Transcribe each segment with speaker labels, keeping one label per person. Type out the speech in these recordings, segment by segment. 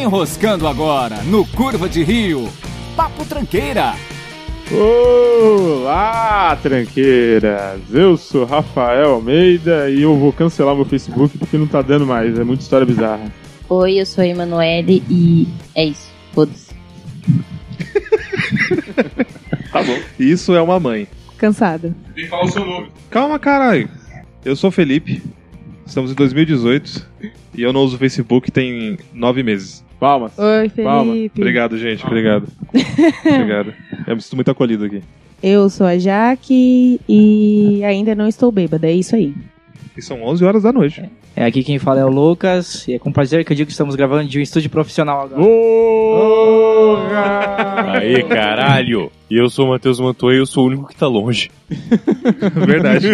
Speaker 1: Enroscando agora no Curva de Rio. Papo Tranqueira.
Speaker 2: Olá, tranqueiras! Eu sou Rafael Almeida e eu vou cancelar meu Facebook porque não tá dando mais, é muita história bizarra.
Speaker 3: Oi, eu sou a Emanuele e é isso. Foda-se.
Speaker 2: Tá bom.
Speaker 4: Isso é uma mãe.
Speaker 5: Cansada.
Speaker 6: Tem que falar o seu nome.
Speaker 4: Calma, caralho. Eu sou Felipe. Estamos em 2018 e eu não uso Facebook tem nove meses.
Speaker 2: Palmas.
Speaker 4: É
Speaker 5: Oi, Felipe.
Speaker 2: Palma.
Speaker 4: Obrigado, gente. Obrigado. Obrigado. Eu me sinto muito acolhido aqui.
Speaker 5: Eu sou a Jaque e ainda não estou bêbada, é isso aí.
Speaker 4: E são 11 horas da noite.
Speaker 7: É, aqui quem fala é o Lucas, e é com prazer que eu digo que estamos gravando de um estúdio profissional agora.
Speaker 2: Porra!
Speaker 8: Aê, caralho! E eu sou o Matheus Mantua e eu sou o único que tá longe.
Speaker 4: Verdade.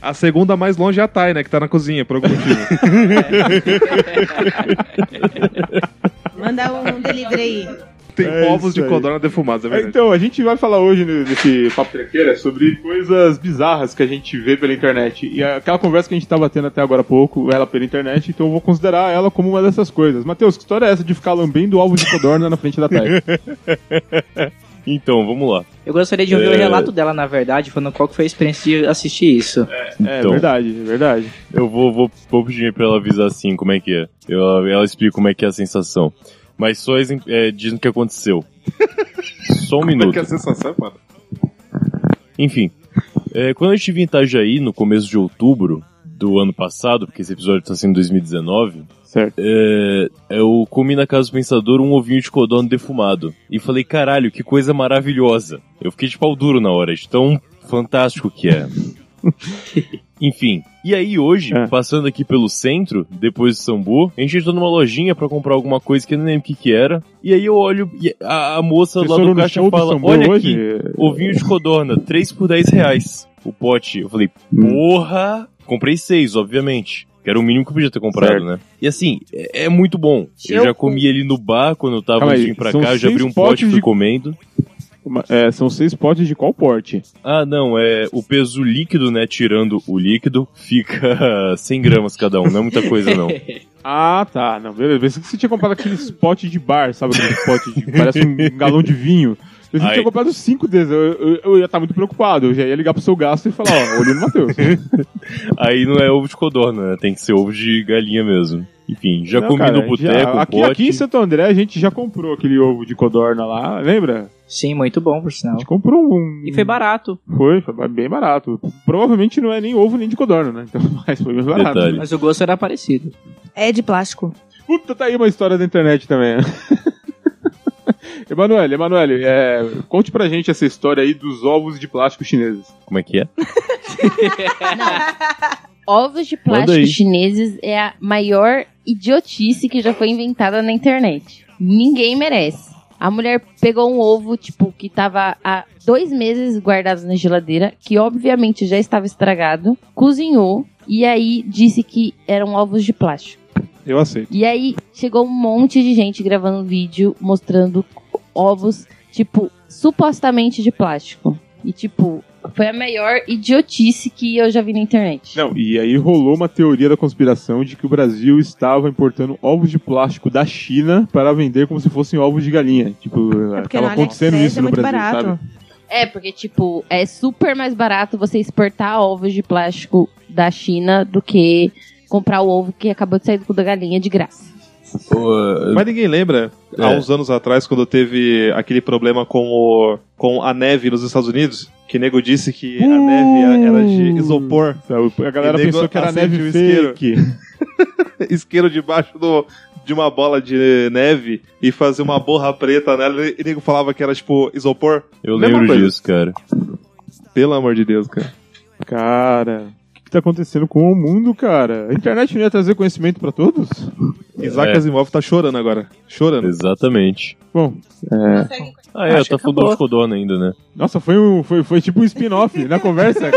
Speaker 4: A segunda mais longe é a Thay, né? Que tá na cozinha, por algum motivo.
Speaker 9: Manda um delivery aí.
Speaker 4: Tem
Speaker 2: É
Speaker 4: povos
Speaker 2: isso
Speaker 4: de
Speaker 2: aí.
Speaker 4: codorna defumados, é verdade.
Speaker 2: Então, a gente vai falar hoje no- nesse Papo Tranqueira sobre coisas bizarras que a gente vê pela internet. E aquela conversa que a gente tava tendo até agora há pouco, ela pela internet, então eu vou considerar ela como uma dessas coisas. Matheus, que história é essa de ficar lambendo o alvo de codorna na frente da Thay?
Speaker 8: Então, vamos lá.
Speaker 7: Eu gostaria de
Speaker 4: É.
Speaker 7: ouvir o relato dela, na verdade, falando qual que foi a experiência de assistir isso.
Speaker 2: É
Speaker 8: Então.
Speaker 2: verdade, é verdade.
Speaker 8: Eu vou, vou, vou pedir pra ela avisar assim como é que é. Eu- ela explica como é que é a sensação. Mas só exem- é, dizem o que aconteceu. Só um
Speaker 4: Como é
Speaker 8: minuto.
Speaker 4: que é a sensação, mano?
Speaker 8: Enfim, é, quando eu estive em Itajaí no começo de outubro do ano passado, porque esse episódio tá sendo em 2019,
Speaker 2: Certo.
Speaker 8: é, eu comi na Casa do Pensador um ovinho de codorna defumado. E falei, caralho, que coisa maravilhosa. Eu fiquei de pau duro na hora, de tão fantástico que é. Enfim, e aí hoje,
Speaker 2: É.
Speaker 8: passando aqui pelo centro, depois do Sambu, a gente entrou numa lojinha pra comprar alguma coisa que eu não lembro o que que era. E aí eu olho e a, a moça
Speaker 2: Vocês
Speaker 8: lá
Speaker 2: foram
Speaker 8: do
Speaker 2: no
Speaker 8: caixa
Speaker 2: show do
Speaker 8: fala,
Speaker 2: Sambo
Speaker 8: olha aqui,
Speaker 2: hoje?
Speaker 8: Ovinho de codorna, 3 por 10 reais o pote. Eu falei,
Speaker 2: Hum.
Speaker 8: porra! Comprei 6, obviamente. Que era o mínimo que eu podia ter comprado,
Speaker 2: Certo.
Speaker 8: né? E assim, é, é muito bom. Eu,
Speaker 9: Eu-
Speaker 8: já comi ali no bar quando eu tava
Speaker 2: Calma
Speaker 8: antes
Speaker 2: aí,
Speaker 8: de vir pra
Speaker 2: são
Speaker 8: cá, eu já abri
Speaker 2: seis
Speaker 8: um pote e
Speaker 2: potes
Speaker 8: fui
Speaker 2: de-
Speaker 8: comendo.
Speaker 2: Uma- é, são seis potes de qual porte?
Speaker 8: Ah, não, é o peso líquido, né? Tirando o líquido, fica 100 gramas cada um, não é muita coisa não.
Speaker 2: Ah, tá. Não, beleza. Pensei que você tinha comprado aqueles potes de bar, sabe? Aqueles potes de. Parece um galão de vinho. Pensei que você
Speaker 8: Ai.
Speaker 2: tinha comprado cinco deles. Eu, eu, eu ia estar muito preocupado. Eu já ia ligar pro seu gasto e falar, ó, olho no Matheus.
Speaker 8: Aí não é ovo de codorna, né? Tem que ser ovo de galinha mesmo. Enfim, já
Speaker 2: Não,
Speaker 8: comi
Speaker 2: cara,
Speaker 8: no boteco,
Speaker 2: já-
Speaker 8: o
Speaker 2: aqui,
Speaker 8: pote.
Speaker 2: aqui em Santo André a gente já comprou aquele ovo de codorna lá, lembra?
Speaker 7: Sim, muito bom, por
Speaker 2: A
Speaker 7: sinal.
Speaker 2: gente comprou um.
Speaker 7: E foi barato.
Speaker 2: Foi, foi bem barato. Provavelmente não é nem ovo nem de codorna, né? Então, mas foi bem barato.
Speaker 8: Detalhe.
Speaker 7: Mas o gosto era parecido.
Speaker 5: É de plástico.
Speaker 2: Puta, tá aí uma história da internet também. Emanuele, Emanuele, é, conte pra gente essa história aí dos ovos de plástico chineses.
Speaker 8: Como é que é?
Speaker 3: Ovos de
Speaker 8: Manda
Speaker 3: plástico
Speaker 8: aí.
Speaker 3: chineses é a maior idiotice que já foi inventada na internet. Ninguém merece. A mulher pegou um ovo, tipo, que tava há dois meses guardado na geladeira, que obviamente já estava estragado, cozinhou e aí disse que eram ovos de plástico.
Speaker 4: Eu aceito.
Speaker 3: E aí chegou um monte de gente gravando vídeo mostrando ovos, tipo, supostamente de plástico. E tipo, foi a maior idiotice que eu já vi na internet.
Speaker 2: Não, e aí rolou uma teoria da conspiração de que o Brasil estava importando ovos de plástico da China para vender como se fossem ovos de galinha. Tipo,
Speaker 5: É porque
Speaker 2: tava
Speaker 5: no
Speaker 2: acontecendo
Speaker 5: AliExpress
Speaker 2: isso
Speaker 5: é
Speaker 2: no
Speaker 5: muito
Speaker 2: Brasil,
Speaker 5: barato.
Speaker 2: sabe?
Speaker 3: É, porque, tipo, é super mais barato você exportar ovos de plástico da China do que comprar o ovo que acabou de sair do cu da galinha de graça.
Speaker 4: Mas ninguém lembra, há
Speaker 8: É.
Speaker 4: uns anos atrás, quando teve aquele problema com, o, com a neve nos Estados Unidos, que nego disse que a neve era
Speaker 8: Hum.
Speaker 4: de isopor,
Speaker 2: Sabe? Então, A galera
Speaker 4: E nego
Speaker 2: pensou que era
Speaker 4: acende
Speaker 2: neve
Speaker 4: o
Speaker 2: fake.
Speaker 4: isqueiro debaixo do, de uma bola de neve e fazer uma borra preta nela, e nego falava que era tipo isopor.
Speaker 8: Eu
Speaker 4: Mesma
Speaker 8: lembro
Speaker 4: coisa.
Speaker 8: disso, cara.
Speaker 4: Pelo amor de Deus, cara.
Speaker 2: Cara, o que tá acontecendo com o mundo, cara? A internet não ia trazer conhecimento pra todos?
Speaker 4: Isaac
Speaker 8: É.
Speaker 4: Asimov tá chorando agora. Chorando.
Speaker 8: Exatamente.
Speaker 2: Bom,
Speaker 8: Ah, é,
Speaker 7: Acho
Speaker 8: tá
Speaker 7: que
Speaker 8: falando
Speaker 7: acabou.
Speaker 8: de codorna ainda, né?
Speaker 2: nossa, foi, um, foi, foi tipo um spin-off na conversa.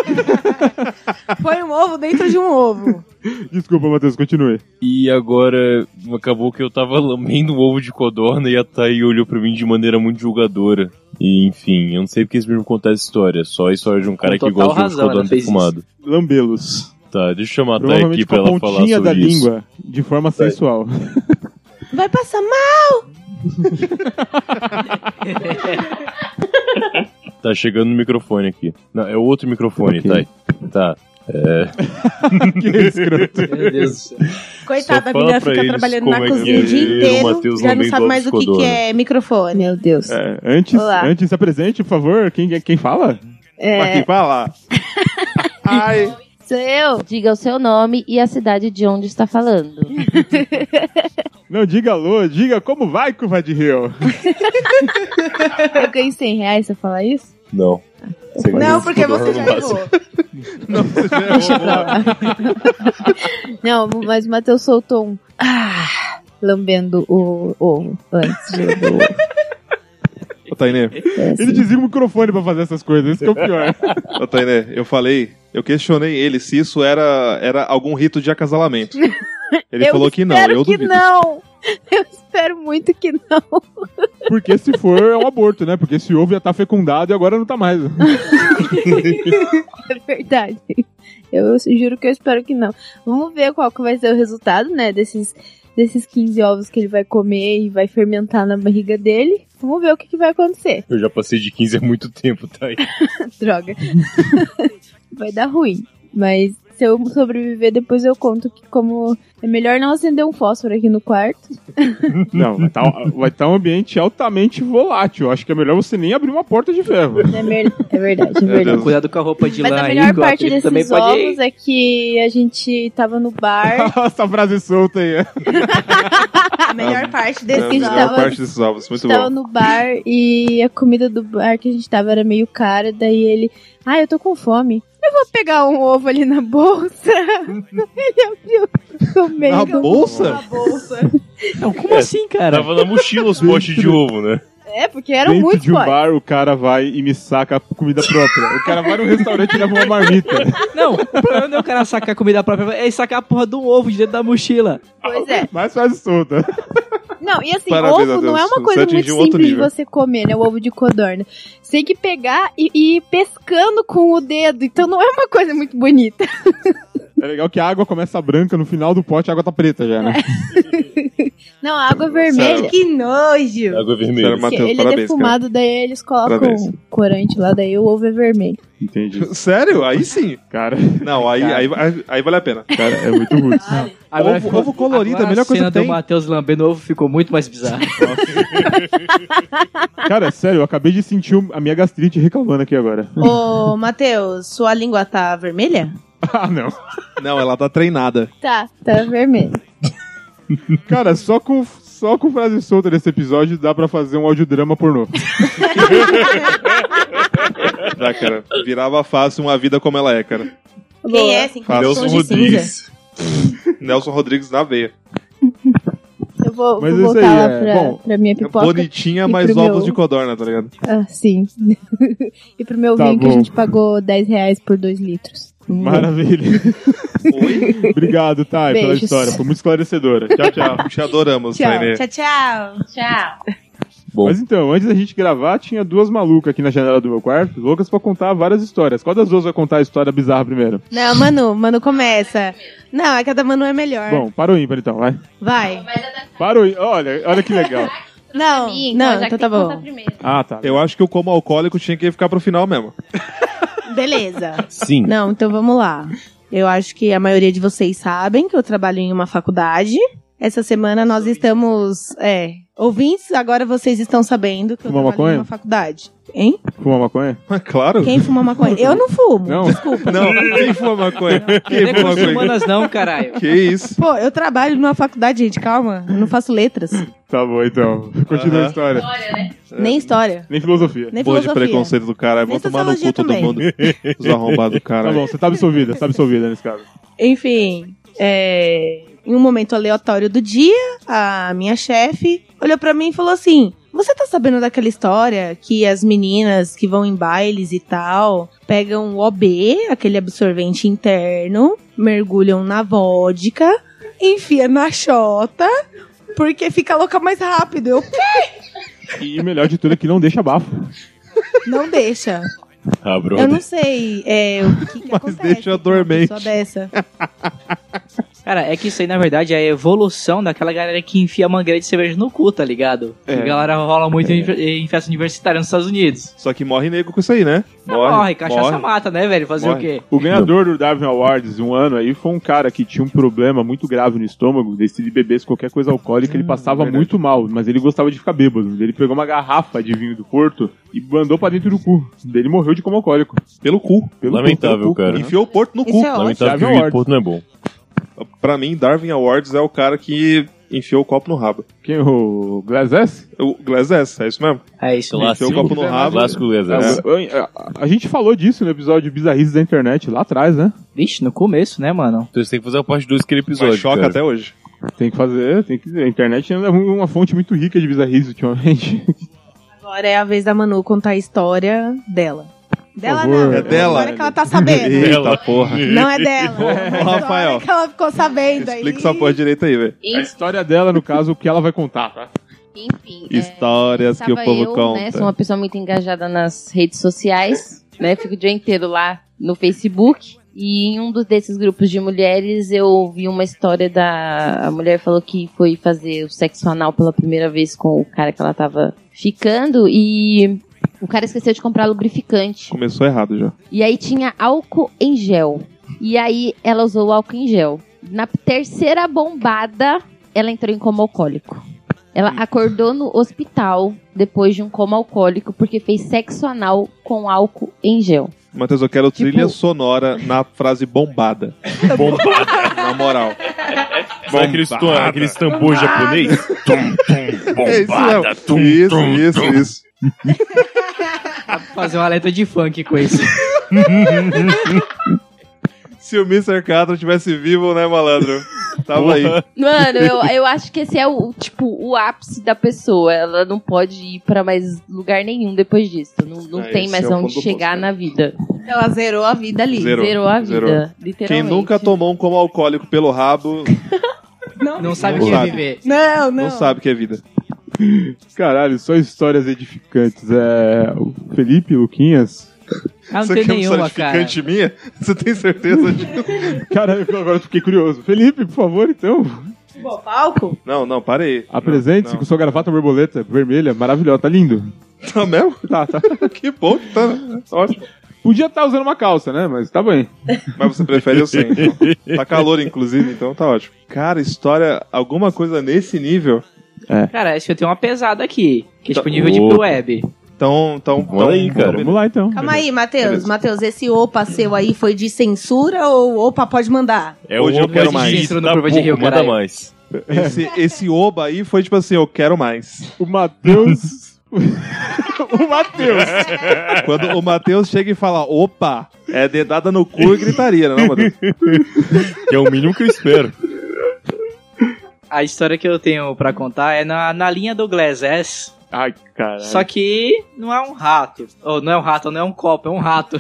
Speaker 5: Põe um ovo dentro de um ovo.
Speaker 2: Desculpa, Matheus, continue.
Speaker 8: E agora acabou que eu tava lambendo o ovo de codorna e a Thay olhou pra mim de maneira muito julgadora. E enfim, eu não sei porque eles me contar essa história. Só a história de um cara
Speaker 7: Com
Speaker 8: que
Speaker 7: total
Speaker 8: gosta de ovo de
Speaker 7: razão, ela
Speaker 8: codorna
Speaker 7: fez
Speaker 8: defumado.
Speaker 2: Lambelos.
Speaker 8: Tá, deixa eu matar aqui
Speaker 2: Provavelmente com
Speaker 8: pra
Speaker 2: a
Speaker 8: ela falar sobre
Speaker 2: pontinha da
Speaker 8: isso.
Speaker 2: língua, de forma sensual.
Speaker 5: Vai passar mal.
Speaker 8: Tá chegando o microfone aqui. Não, é o outro microfone,
Speaker 2: Ok.
Speaker 8: tá? Tá.
Speaker 2: que escroto.
Speaker 7: Meu Deus do céu.
Speaker 5: Coitada, a
Speaker 8: fala
Speaker 5: menina
Speaker 8: pra
Speaker 5: fica
Speaker 8: eles
Speaker 5: trabalhando
Speaker 8: como
Speaker 5: na
Speaker 8: é que
Speaker 5: cozinha o dia
Speaker 8: é,
Speaker 5: inteiro.
Speaker 8: o Matheus
Speaker 5: já
Speaker 8: não
Speaker 5: não
Speaker 8: vem
Speaker 5: sabe
Speaker 8: do
Speaker 5: mais o que, que
Speaker 8: Obscodona.
Speaker 5: é microfone. Meu Deus.
Speaker 2: É, antes,
Speaker 5: Olá.
Speaker 2: antes, apresente, por favor, quem, quem fala?
Speaker 4: Pra quem fala? Ai,
Speaker 5: Sou eu.
Speaker 3: Diga o seu nome e a cidade de onde está falando.
Speaker 2: Não, diga alô, diga como vai, curva de rio.
Speaker 5: Eu ganhei 100 reais se eu falar isso?
Speaker 8: Não. Você
Speaker 5: Não,
Speaker 8: ganhou
Speaker 5: porque
Speaker 8: o
Speaker 5: você já
Speaker 8: Obscodona no máximo.
Speaker 5: errou.
Speaker 4: não, você já errou.
Speaker 5: Não, mas o Matheus soltou um. Ah, lambendo o ovo antes de do ovo.
Speaker 4: Ô, Tainê,
Speaker 5: É assim.
Speaker 2: Ele desliga o microfone pra fazer essas coisas, isso que é o pior.
Speaker 4: ô, Tainê, eu falei, eu questionei ele se isso era, era algum rito de acasalamento. Ele
Speaker 5: Eu
Speaker 4: falou que não,
Speaker 5: espero
Speaker 4: eu
Speaker 5: que
Speaker 4: duvido.
Speaker 5: não. Eu espero muito que não.
Speaker 2: Porque se for, é um aborto, né? Porque esse ovo já tá fecundado e agora não tá mais.
Speaker 5: É verdade. Eu juro que eu espero que não. Vamos ver qual que vai ser o resultado, né? Desses, desses 15 ovos que ele vai comer e vai fermentar na barriga dele. Vamos ver o que, que vai acontecer.
Speaker 8: Eu já passei de 15 há muito tempo, tá?
Speaker 5: Droga. vai dar ruim. Mas se eu sobreviver, depois eu conto que como. É melhor não acender um fósforo aqui no quarto.
Speaker 2: Não, vai estar um ambiente altamente volátil. Acho que é melhor você nem abrir uma porta de ferro.
Speaker 5: É, mer- é verdade, é
Speaker 4: Meu
Speaker 5: verdade.
Speaker 4: Deus.
Speaker 7: Cuidado com a roupa de
Speaker 5: Mas
Speaker 7: lã
Speaker 5: a
Speaker 7: aí,
Speaker 5: melhor
Speaker 7: Gota,
Speaker 5: parte
Speaker 7: ele também
Speaker 5: desses
Speaker 7: pode
Speaker 5: ovos é que a gente tava no bar.
Speaker 2: Essa frase solta aí.
Speaker 5: a melhor parte
Speaker 4: É,
Speaker 5: desses
Speaker 4: a
Speaker 5: ovos.
Speaker 4: melhor parte desses ovos,
Speaker 5: a gente
Speaker 4: muito
Speaker 5: tava
Speaker 4: bom.
Speaker 5: no bar e a comida do bar que a gente tava era meio cara. Daí ele, ah, eu tô com fome. Eu vou pegar um ovo ali na bolsa. ele abriu no meio.
Speaker 4: Na
Speaker 5: do-
Speaker 4: bolsa?
Speaker 5: Na bolsa.
Speaker 7: Não,
Speaker 4: É.
Speaker 7: como assim, cara?
Speaker 8: Tava na mochila os potes de ovo, né?
Speaker 5: É, porque eram
Speaker 2: Dentro
Speaker 5: muitos
Speaker 2: de um
Speaker 5: potes.
Speaker 2: bar, o cara vai e me saca a comida própria. O cara vai num restaurante e leva uma marmita.
Speaker 7: Não, o problema não é o cara sacar comida própria, é sacar a porra de um ovo de dentro da mochila.
Speaker 5: Pois é.
Speaker 2: Mas frase solta.
Speaker 5: Não, e assim,
Speaker 4: Parabéns,
Speaker 5: ovo não é
Speaker 4: Matheus.
Speaker 5: uma
Speaker 4: Você
Speaker 5: coisa muito
Speaker 4: atingiu um outro
Speaker 5: simples de
Speaker 4: nível.
Speaker 5: você comer, né? O ovo de codorna. Você tem que pegar e, e ir pescando com o dedo. Então não é uma coisa muito bonita.
Speaker 2: É legal que a água começa branca, no final do pote a água tá preta já, né?
Speaker 5: Não, a água vermelha.
Speaker 4: Sério?
Speaker 5: Que nojo!
Speaker 8: Água vermelha.
Speaker 4: Sério, Matheus,
Speaker 5: ele é
Speaker 4: parabéns,
Speaker 5: defumado, daí eles colocam
Speaker 4: Parabéns.
Speaker 5: corante lá, daí o ovo é vermelho.
Speaker 2: Entendi.
Speaker 4: cara. Sério? Aí sim.
Speaker 2: Cara,
Speaker 4: Não, aí, aí, aí, aí vale a pena.
Speaker 2: cara é muito rude.
Speaker 4: Ovo- ovo colorido, é
Speaker 7: agora
Speaker 4: a melhor coisa
Speaker 7: cena
Speaker 4: que tem.
Speaker 7: do Matheus lambendo ovo ficou muito mais bizarro.
Speaker 2: Cara, sério, eu acabei de sentir a minha gastrite reclamando aqui agora.
Speaker 6: Ô, Matheus, sua língua tá vermelha?
Speaker 2: Ah, não.
Speaker 4: Não, ela tá treinada.
Speaker 5: Tá, tá vermelho.
Speaker 2: Cara, só com, só com frase solta nesse episódio dá pra fazer um audiodrama pornô.
Speaker 4: Já, cara. Virava fácil uma vida como ela é, cara.
Speaker 6: Quem é? Cinco
Speaker 4: Fácil.
Speaker 6: tons
Speaker 8: Nelson
Speaker 6: de cinza?
Speaker 8: Rodrigues.
Speaker 4: Nelson Rodrigues na veia.
Speaker 5: Eu vou,
Speaker 2: Mas
Speaker 5: vou
Speaker 2: isso
Speaker 5: voltar
Speaker 2: aí,
Speaker 5: lá
Speaker 2: é,
Speaker 5: pra,
Speaker 2: bom,
Speaker 5: pra minha pipoca.
Speaker 4: Bonitinha,
Speaker 5: e
Speaker 4: mas
Speaker 5: pro meu-
Speaker 4: ovos de codorna, tá ligado?
Speaker 5: Ah, sim. e pro meu
Speaker 2: Tá
Speaker 5: vinho que
Speaker 2: bom.
Speaker 5: a gente pagou 10 reais por 2 litros. Vamos ver.
Speaker 2: Maravilha.
Speaker 4: Oi?
Speaker 2: Obrigado, Thay, pela
Speaker 5: Beijos.
Speaker 2: história. Foi muito esclarecedora. Tchau, tchau.
Speaker 4: Te adoramos,
Speaker 5: Tchau.
Speaker 4: Tainê.
Speaker 6: Tchau, tchau.
Speaker 3: Tchau.
Speaker 8: Bom.
Speaker 2: Mas então, antes da gente gravar, tinha duas malucas aqui na janela do meu quarto, loucas pra contar várias histórias. Qual das duas vai contar a história bizarra primeiro?
Speaker 6: Não, Manu, Manu começa. Não, é que a da Manu é melhor.
Speaker 2: Bom, para o ímpar então, vai.
Speaker 6: Vai.
Speaker 2: Para o ímpar. Olha, olha que legal.
Speaker 6: Não, não, então tá bom.
Speaker 2: Ah, tá.
Speaker 4: Eu acho que o como alcoólico tinha que ficar pro final mesmo.
Speaker 6: Beleza.
Speaker 8: Sim.
Speaker 6: Não, então vamos lá. Eu acho que a maioria de vocês sabem que eu trabalho em uma faculdade. Essa semana nós estamos. É, ouvintes, agora vocês estão sabendo que eu
Speaker 2: Fuma
Speaker 6: trabalho
Speaker 2: maconha?
Speaker 6: em uma faculdade. Hein?
Speaker 2: Fuma maconha?
Speaker 4: Mas Ah, claro.
Speaker 6: Quem fuma maconha? Eu não fumo.
Speaker 2: Não.
Speaker 6: Desculpa.
Speaker 4: Não, quem fuma maconha? Quem
Speaker 7: Não é
Speaker 4: fuma
Speaker 7: com as
Speaker 4: maconha?
Speaker 7: humanas não, caralho.
Speaker 4: Que isso?
Speaker 6: Pô, eu trabalho numa faculdade, gente, calma. Eu não faço letras,
Speaker 2: Tá bom, então. Continua
Speaker 4: Aham.
Speaker 2: a história.
Speaker 3: né?
Speaker 6: nem história,
Speaker 2: Nem filosofia.
Speaker 6: nem
Speaker 4: Boa de
Speaker 6: filosofia.
Speaker 4: preconceito do cara.
Speaker 6: Nem
Speaker 4: Vão tomar no cu
Speaker 6: sociologia
Speaker 4: todo
Speaker 6: também.
Speaker 4: mundo. Os arrombados do cara.
Speaker 2: Tá bom, você tá absolvida, tá absolvida nesse caso.
Speaker 6: Enfim, é, em um momento aleatório do dia, a minha chefe olhou pra mim e falou assim: Você tá sabendo daquela história que as meninas que vão em bailes e tal pegam o OB, aquele absorvente interno, mergulham na vodka, enfia na xota, porque fica louca mais rápido. Eu
Speaker 2: E melhor de tudo é que não deixa bafo.
Speaker 6: não deixa.
Speaker 8: Ah,
Speaker 6: Eu
Speaker 8: brother.
Speaker 6: não sei é, o que, que
Speaker 4: Mas
Speaker 6: acontece
Speaker 4: deixa eu
Speaker 6: com uma
Speaker 4: dormente.
Speaker 6: pessoa dessa.
Speaker 7: Cara, é que isso aí, na verdade, é a evolução daquela galera que enfia a mangueira de cerveja no cu, tá ligado?
Speaker 4: É.
Speaker 7: Que A galera rola muito em, em festa universitária nos Estados Unidos.
Speaker 4: Só que morre nego com isso aí, né?
Speaker 7: Ah, Morre, cachaça mata, né, velho? Fazer
Speaker 4: Morre.
Speaker 7: o quê?
Speaker 2: O ganhador do Darwin Awards um ano aí foi um cara que tinha um problema muito grave no estômago, desse ele bebesse qualquer coisa alcoólica,
Speaker 8: Hum,
Speaker 2: ele passava
Speaker 4: verdade.
Speaker 2: muito mal, mas ele gostava de ficar bêbado. Ele pegou uma garrafa de vinho do Porto e mandou pra dentro do cu. Daí Ele morreu de coma alcoólico.
Speaker 4: Pelo cu.
Speaker 2: Pelo né?
Speaker 8: Lamentável, cara.
Speaker 4: Enfiou o porto no
Speaker 6: Isso
Speaker 4: cu. né?
Speaker 6: é ótimo.
Speaker 8: Lamentável que o
Speaker 2: Darwin
Speaker 8: vinho do
Speaker 2: Awards.
Speaker 8: Porto não é bom.
Speaker 4: Pra mim, Darwin Awards é o cara que enfiou o copo no rabo.
Speaker 2: Quem? O Glass S?
Speaker 4: O Glass S, é isso mesmo?
Speaker 7: É isso. lá.
Speaker 8: Clássico.
Speaker 4: Enfiou o copo no rabo.
Speaker 8: Clássico do
Speaker 2: É,
Speaker 8: exército.
Speaker 2: a- a- A gente falou disso no episódio Bizarrices da Internet, lá atrás, né?
Speaker 7: Vixe, no começo, né, mano?
Speaker 8: Então você tem que fazer a parte 2 daquele episódio.
Speaker 4: Mas choca
Speaker 8: cara.
Speaker 4: até hoje.
Speaker 2: Tem que fazer, tem que. A internet é uma fonte muito rica de bizarrices ultimamente.
Speaker 6: Agora é a vez da Manu contar a história dela. Dela
Speaker 2: favor.
Speaker 6: não.
Speaker 2: É
Speaker 4: dela.
Speaker 6: Agora que ela tá sabendo.
Speaker 8: Ela-
Speaker 4: porra.
Speaker 6: não é dela.
Speaker 4: Ô, Rafael.
Speaker 6: Agora que ela ficou sabendo aí.
Speaker 4: Explica um essa porra direito aí, velho.
Speaker 2: A história dela, no caso, o que ela vai contar, tá?
Speaker 3: Enfim. é,
Speaker 4: Histórias que o
Speaker 3: Tava
Speaker 4: povo
Speaker 3: eu,
Speaker 4: conta.
Speaker 3: Né, sou uma pessoa muito engajada nas redes sociais, né? Fico o dia inteiro lá no Facebook. E em um dos desses grupos de mulheres, eu vi uma história da. A mulher falou que foi fazer o sexo anal pela primeira vez com o cara que ela tava ficando e o cara esqueceu de comprar lubrificante.
Speaker 4: Começou errado já.
Speaker 3: E aí tinha álcool em gel. E aí ela usou o álcool em gel. Na terceira bombada, ela entrou em coma alcoólico. Ela acordou no hospital depois de um coma alcoólico porque fez sexo anal com álcool em gel.
Speaker 4: Matheus, eu quero
Speaker 3: Tipo-
Speaker 4: trilha sonora na frase bombada. bombada. na moral.
Speaker 8: Sabe aqueles, tam-
Speaker 4: Bombada.
Speaker 8: aqueles é tambor japonês? Tum, tum,
Speaker 4: É isso
Speaker 8: bombada,
Speaker 4: mesmo.
Speaker 8: tum,
Speaker 4: isso,
Speaker 8: tum,
Speaker 4: isso,
Speaker 8: tum.
Speaker 4: isso.
Speaker 7: Fazer uma letra de funk com isso.
Speaker 4: Se o Mr. Catra tivesse vivo, né, malandro? Tava aí.
Speaker 3: Mano, eu, eu acho que esse é o tipo o ápice da pessoa. Ela não pode ir pra mais lugar nenhum depois disso. Não, não
Speaker 4: Ah,
Speaker 3: tem
Speaker 4: esse
Speaker 3: mais
Speaker 4: é o
Speaker 3: onde
Speaker 4: ponto
Speaker 3: chegar
Speaker 4: oposto,
Speaker 3: na vida.
Speaker 6: Ela zerou a vida ali.
Speaker 4: Zerou,
Speaker 3: Zerou a vida,
Speaker 4: zerou.
Speaker 3: literalmente.
Speaker 4: Quem nunca tomou um como alcoólico pelo rabo,
Speaker 7: Não sabe o
Speaker 4: Não
Speaker 7: que é
Speaker 4: sabe.
Speaker 7: viver.
Speaker 6: Não, não.
Speaker 4: não sabe o que é vida.
Speaker 2: Caralho, só histórias edificantes. É. O Felipe, Luquinhas.
Speaker 7: Ah, não
Speaker 4: Você
Speaker 7: tem
Speaker 4: quer um
Speaker 7: nenhuma, cara.
Speaker 4: certificante minha? Você tem certeza disso?
Speaker 2: Caralho, agora eu fiquei curioso. Felipe, por favor, então.
Speaker 6: Bom, palco?
Speaker 4: Não, não, parei.
Speaker 2: Apresente-se com sua gravata borboleta vermelha, maravilhosa, tá lindo.
Speaker 4: Tá mesmo?
Speaker 2: Tá, tá.
Speaker 4: Que bom que tá. né? Ótimo.
Speaker 2: Podia estar usando uma calça, né? Mas tá bem.
Speaker 4: Mas você prefere eu sem. Então. Tá calor, inclusive, então tá ótimo. Cara, história, alguma coisa nesse nível.
Speaker 7: Cara, acho que eu tenho uma pesada aqui. Que é
Speaker 4: Tá
Speaker 7: tipo nível
Speaker 8: Opa.
Speaker 7: de web.
Speaker 4: Tão, tão,
Speaker 8: Olha
Speaker 4: tão
Speaker 8: aí, cara.
Speaker 2: Vamos lá então.
Speaker 6: Calma aí, Matheus.
Speaker 4: Beleza.
Speaker 6: Matheus, esse opa seu aí foi de censura ou opa pode mandar?
Speaker 8: É
Speaker 4: Hoje eu
Speaker 8: ovo
Speaker 4: quero
Speaker 8: de
Speaker 4: mais.
Speaker 8: giz,
Speaker 7: Entrou no
Speaker 8: tá
Speaker 7: Curva de Rio,
Speaker 8: pouco, manda
Speaker 7: caralho.
Speaker 8: mais.
Speaker 4: Esse, esse oba aí foi tipo assim, eu quero mais.
Speaker 2: O Matheus. o Matheus.
Speaker 4: Quando o Matheus chega e fala, opa, é dedada no cu e gritaria, não, Matheus?
Speaker 8: Que é o mínimo que eu espero.
Speaker 7: A história que eu tenho pra contar é na, na linha do Glass S.
Speaker 2: Ai, caralho.
Speaker 7: Só que não é um rato. Ou não é um rato, não é um copo, é um rato.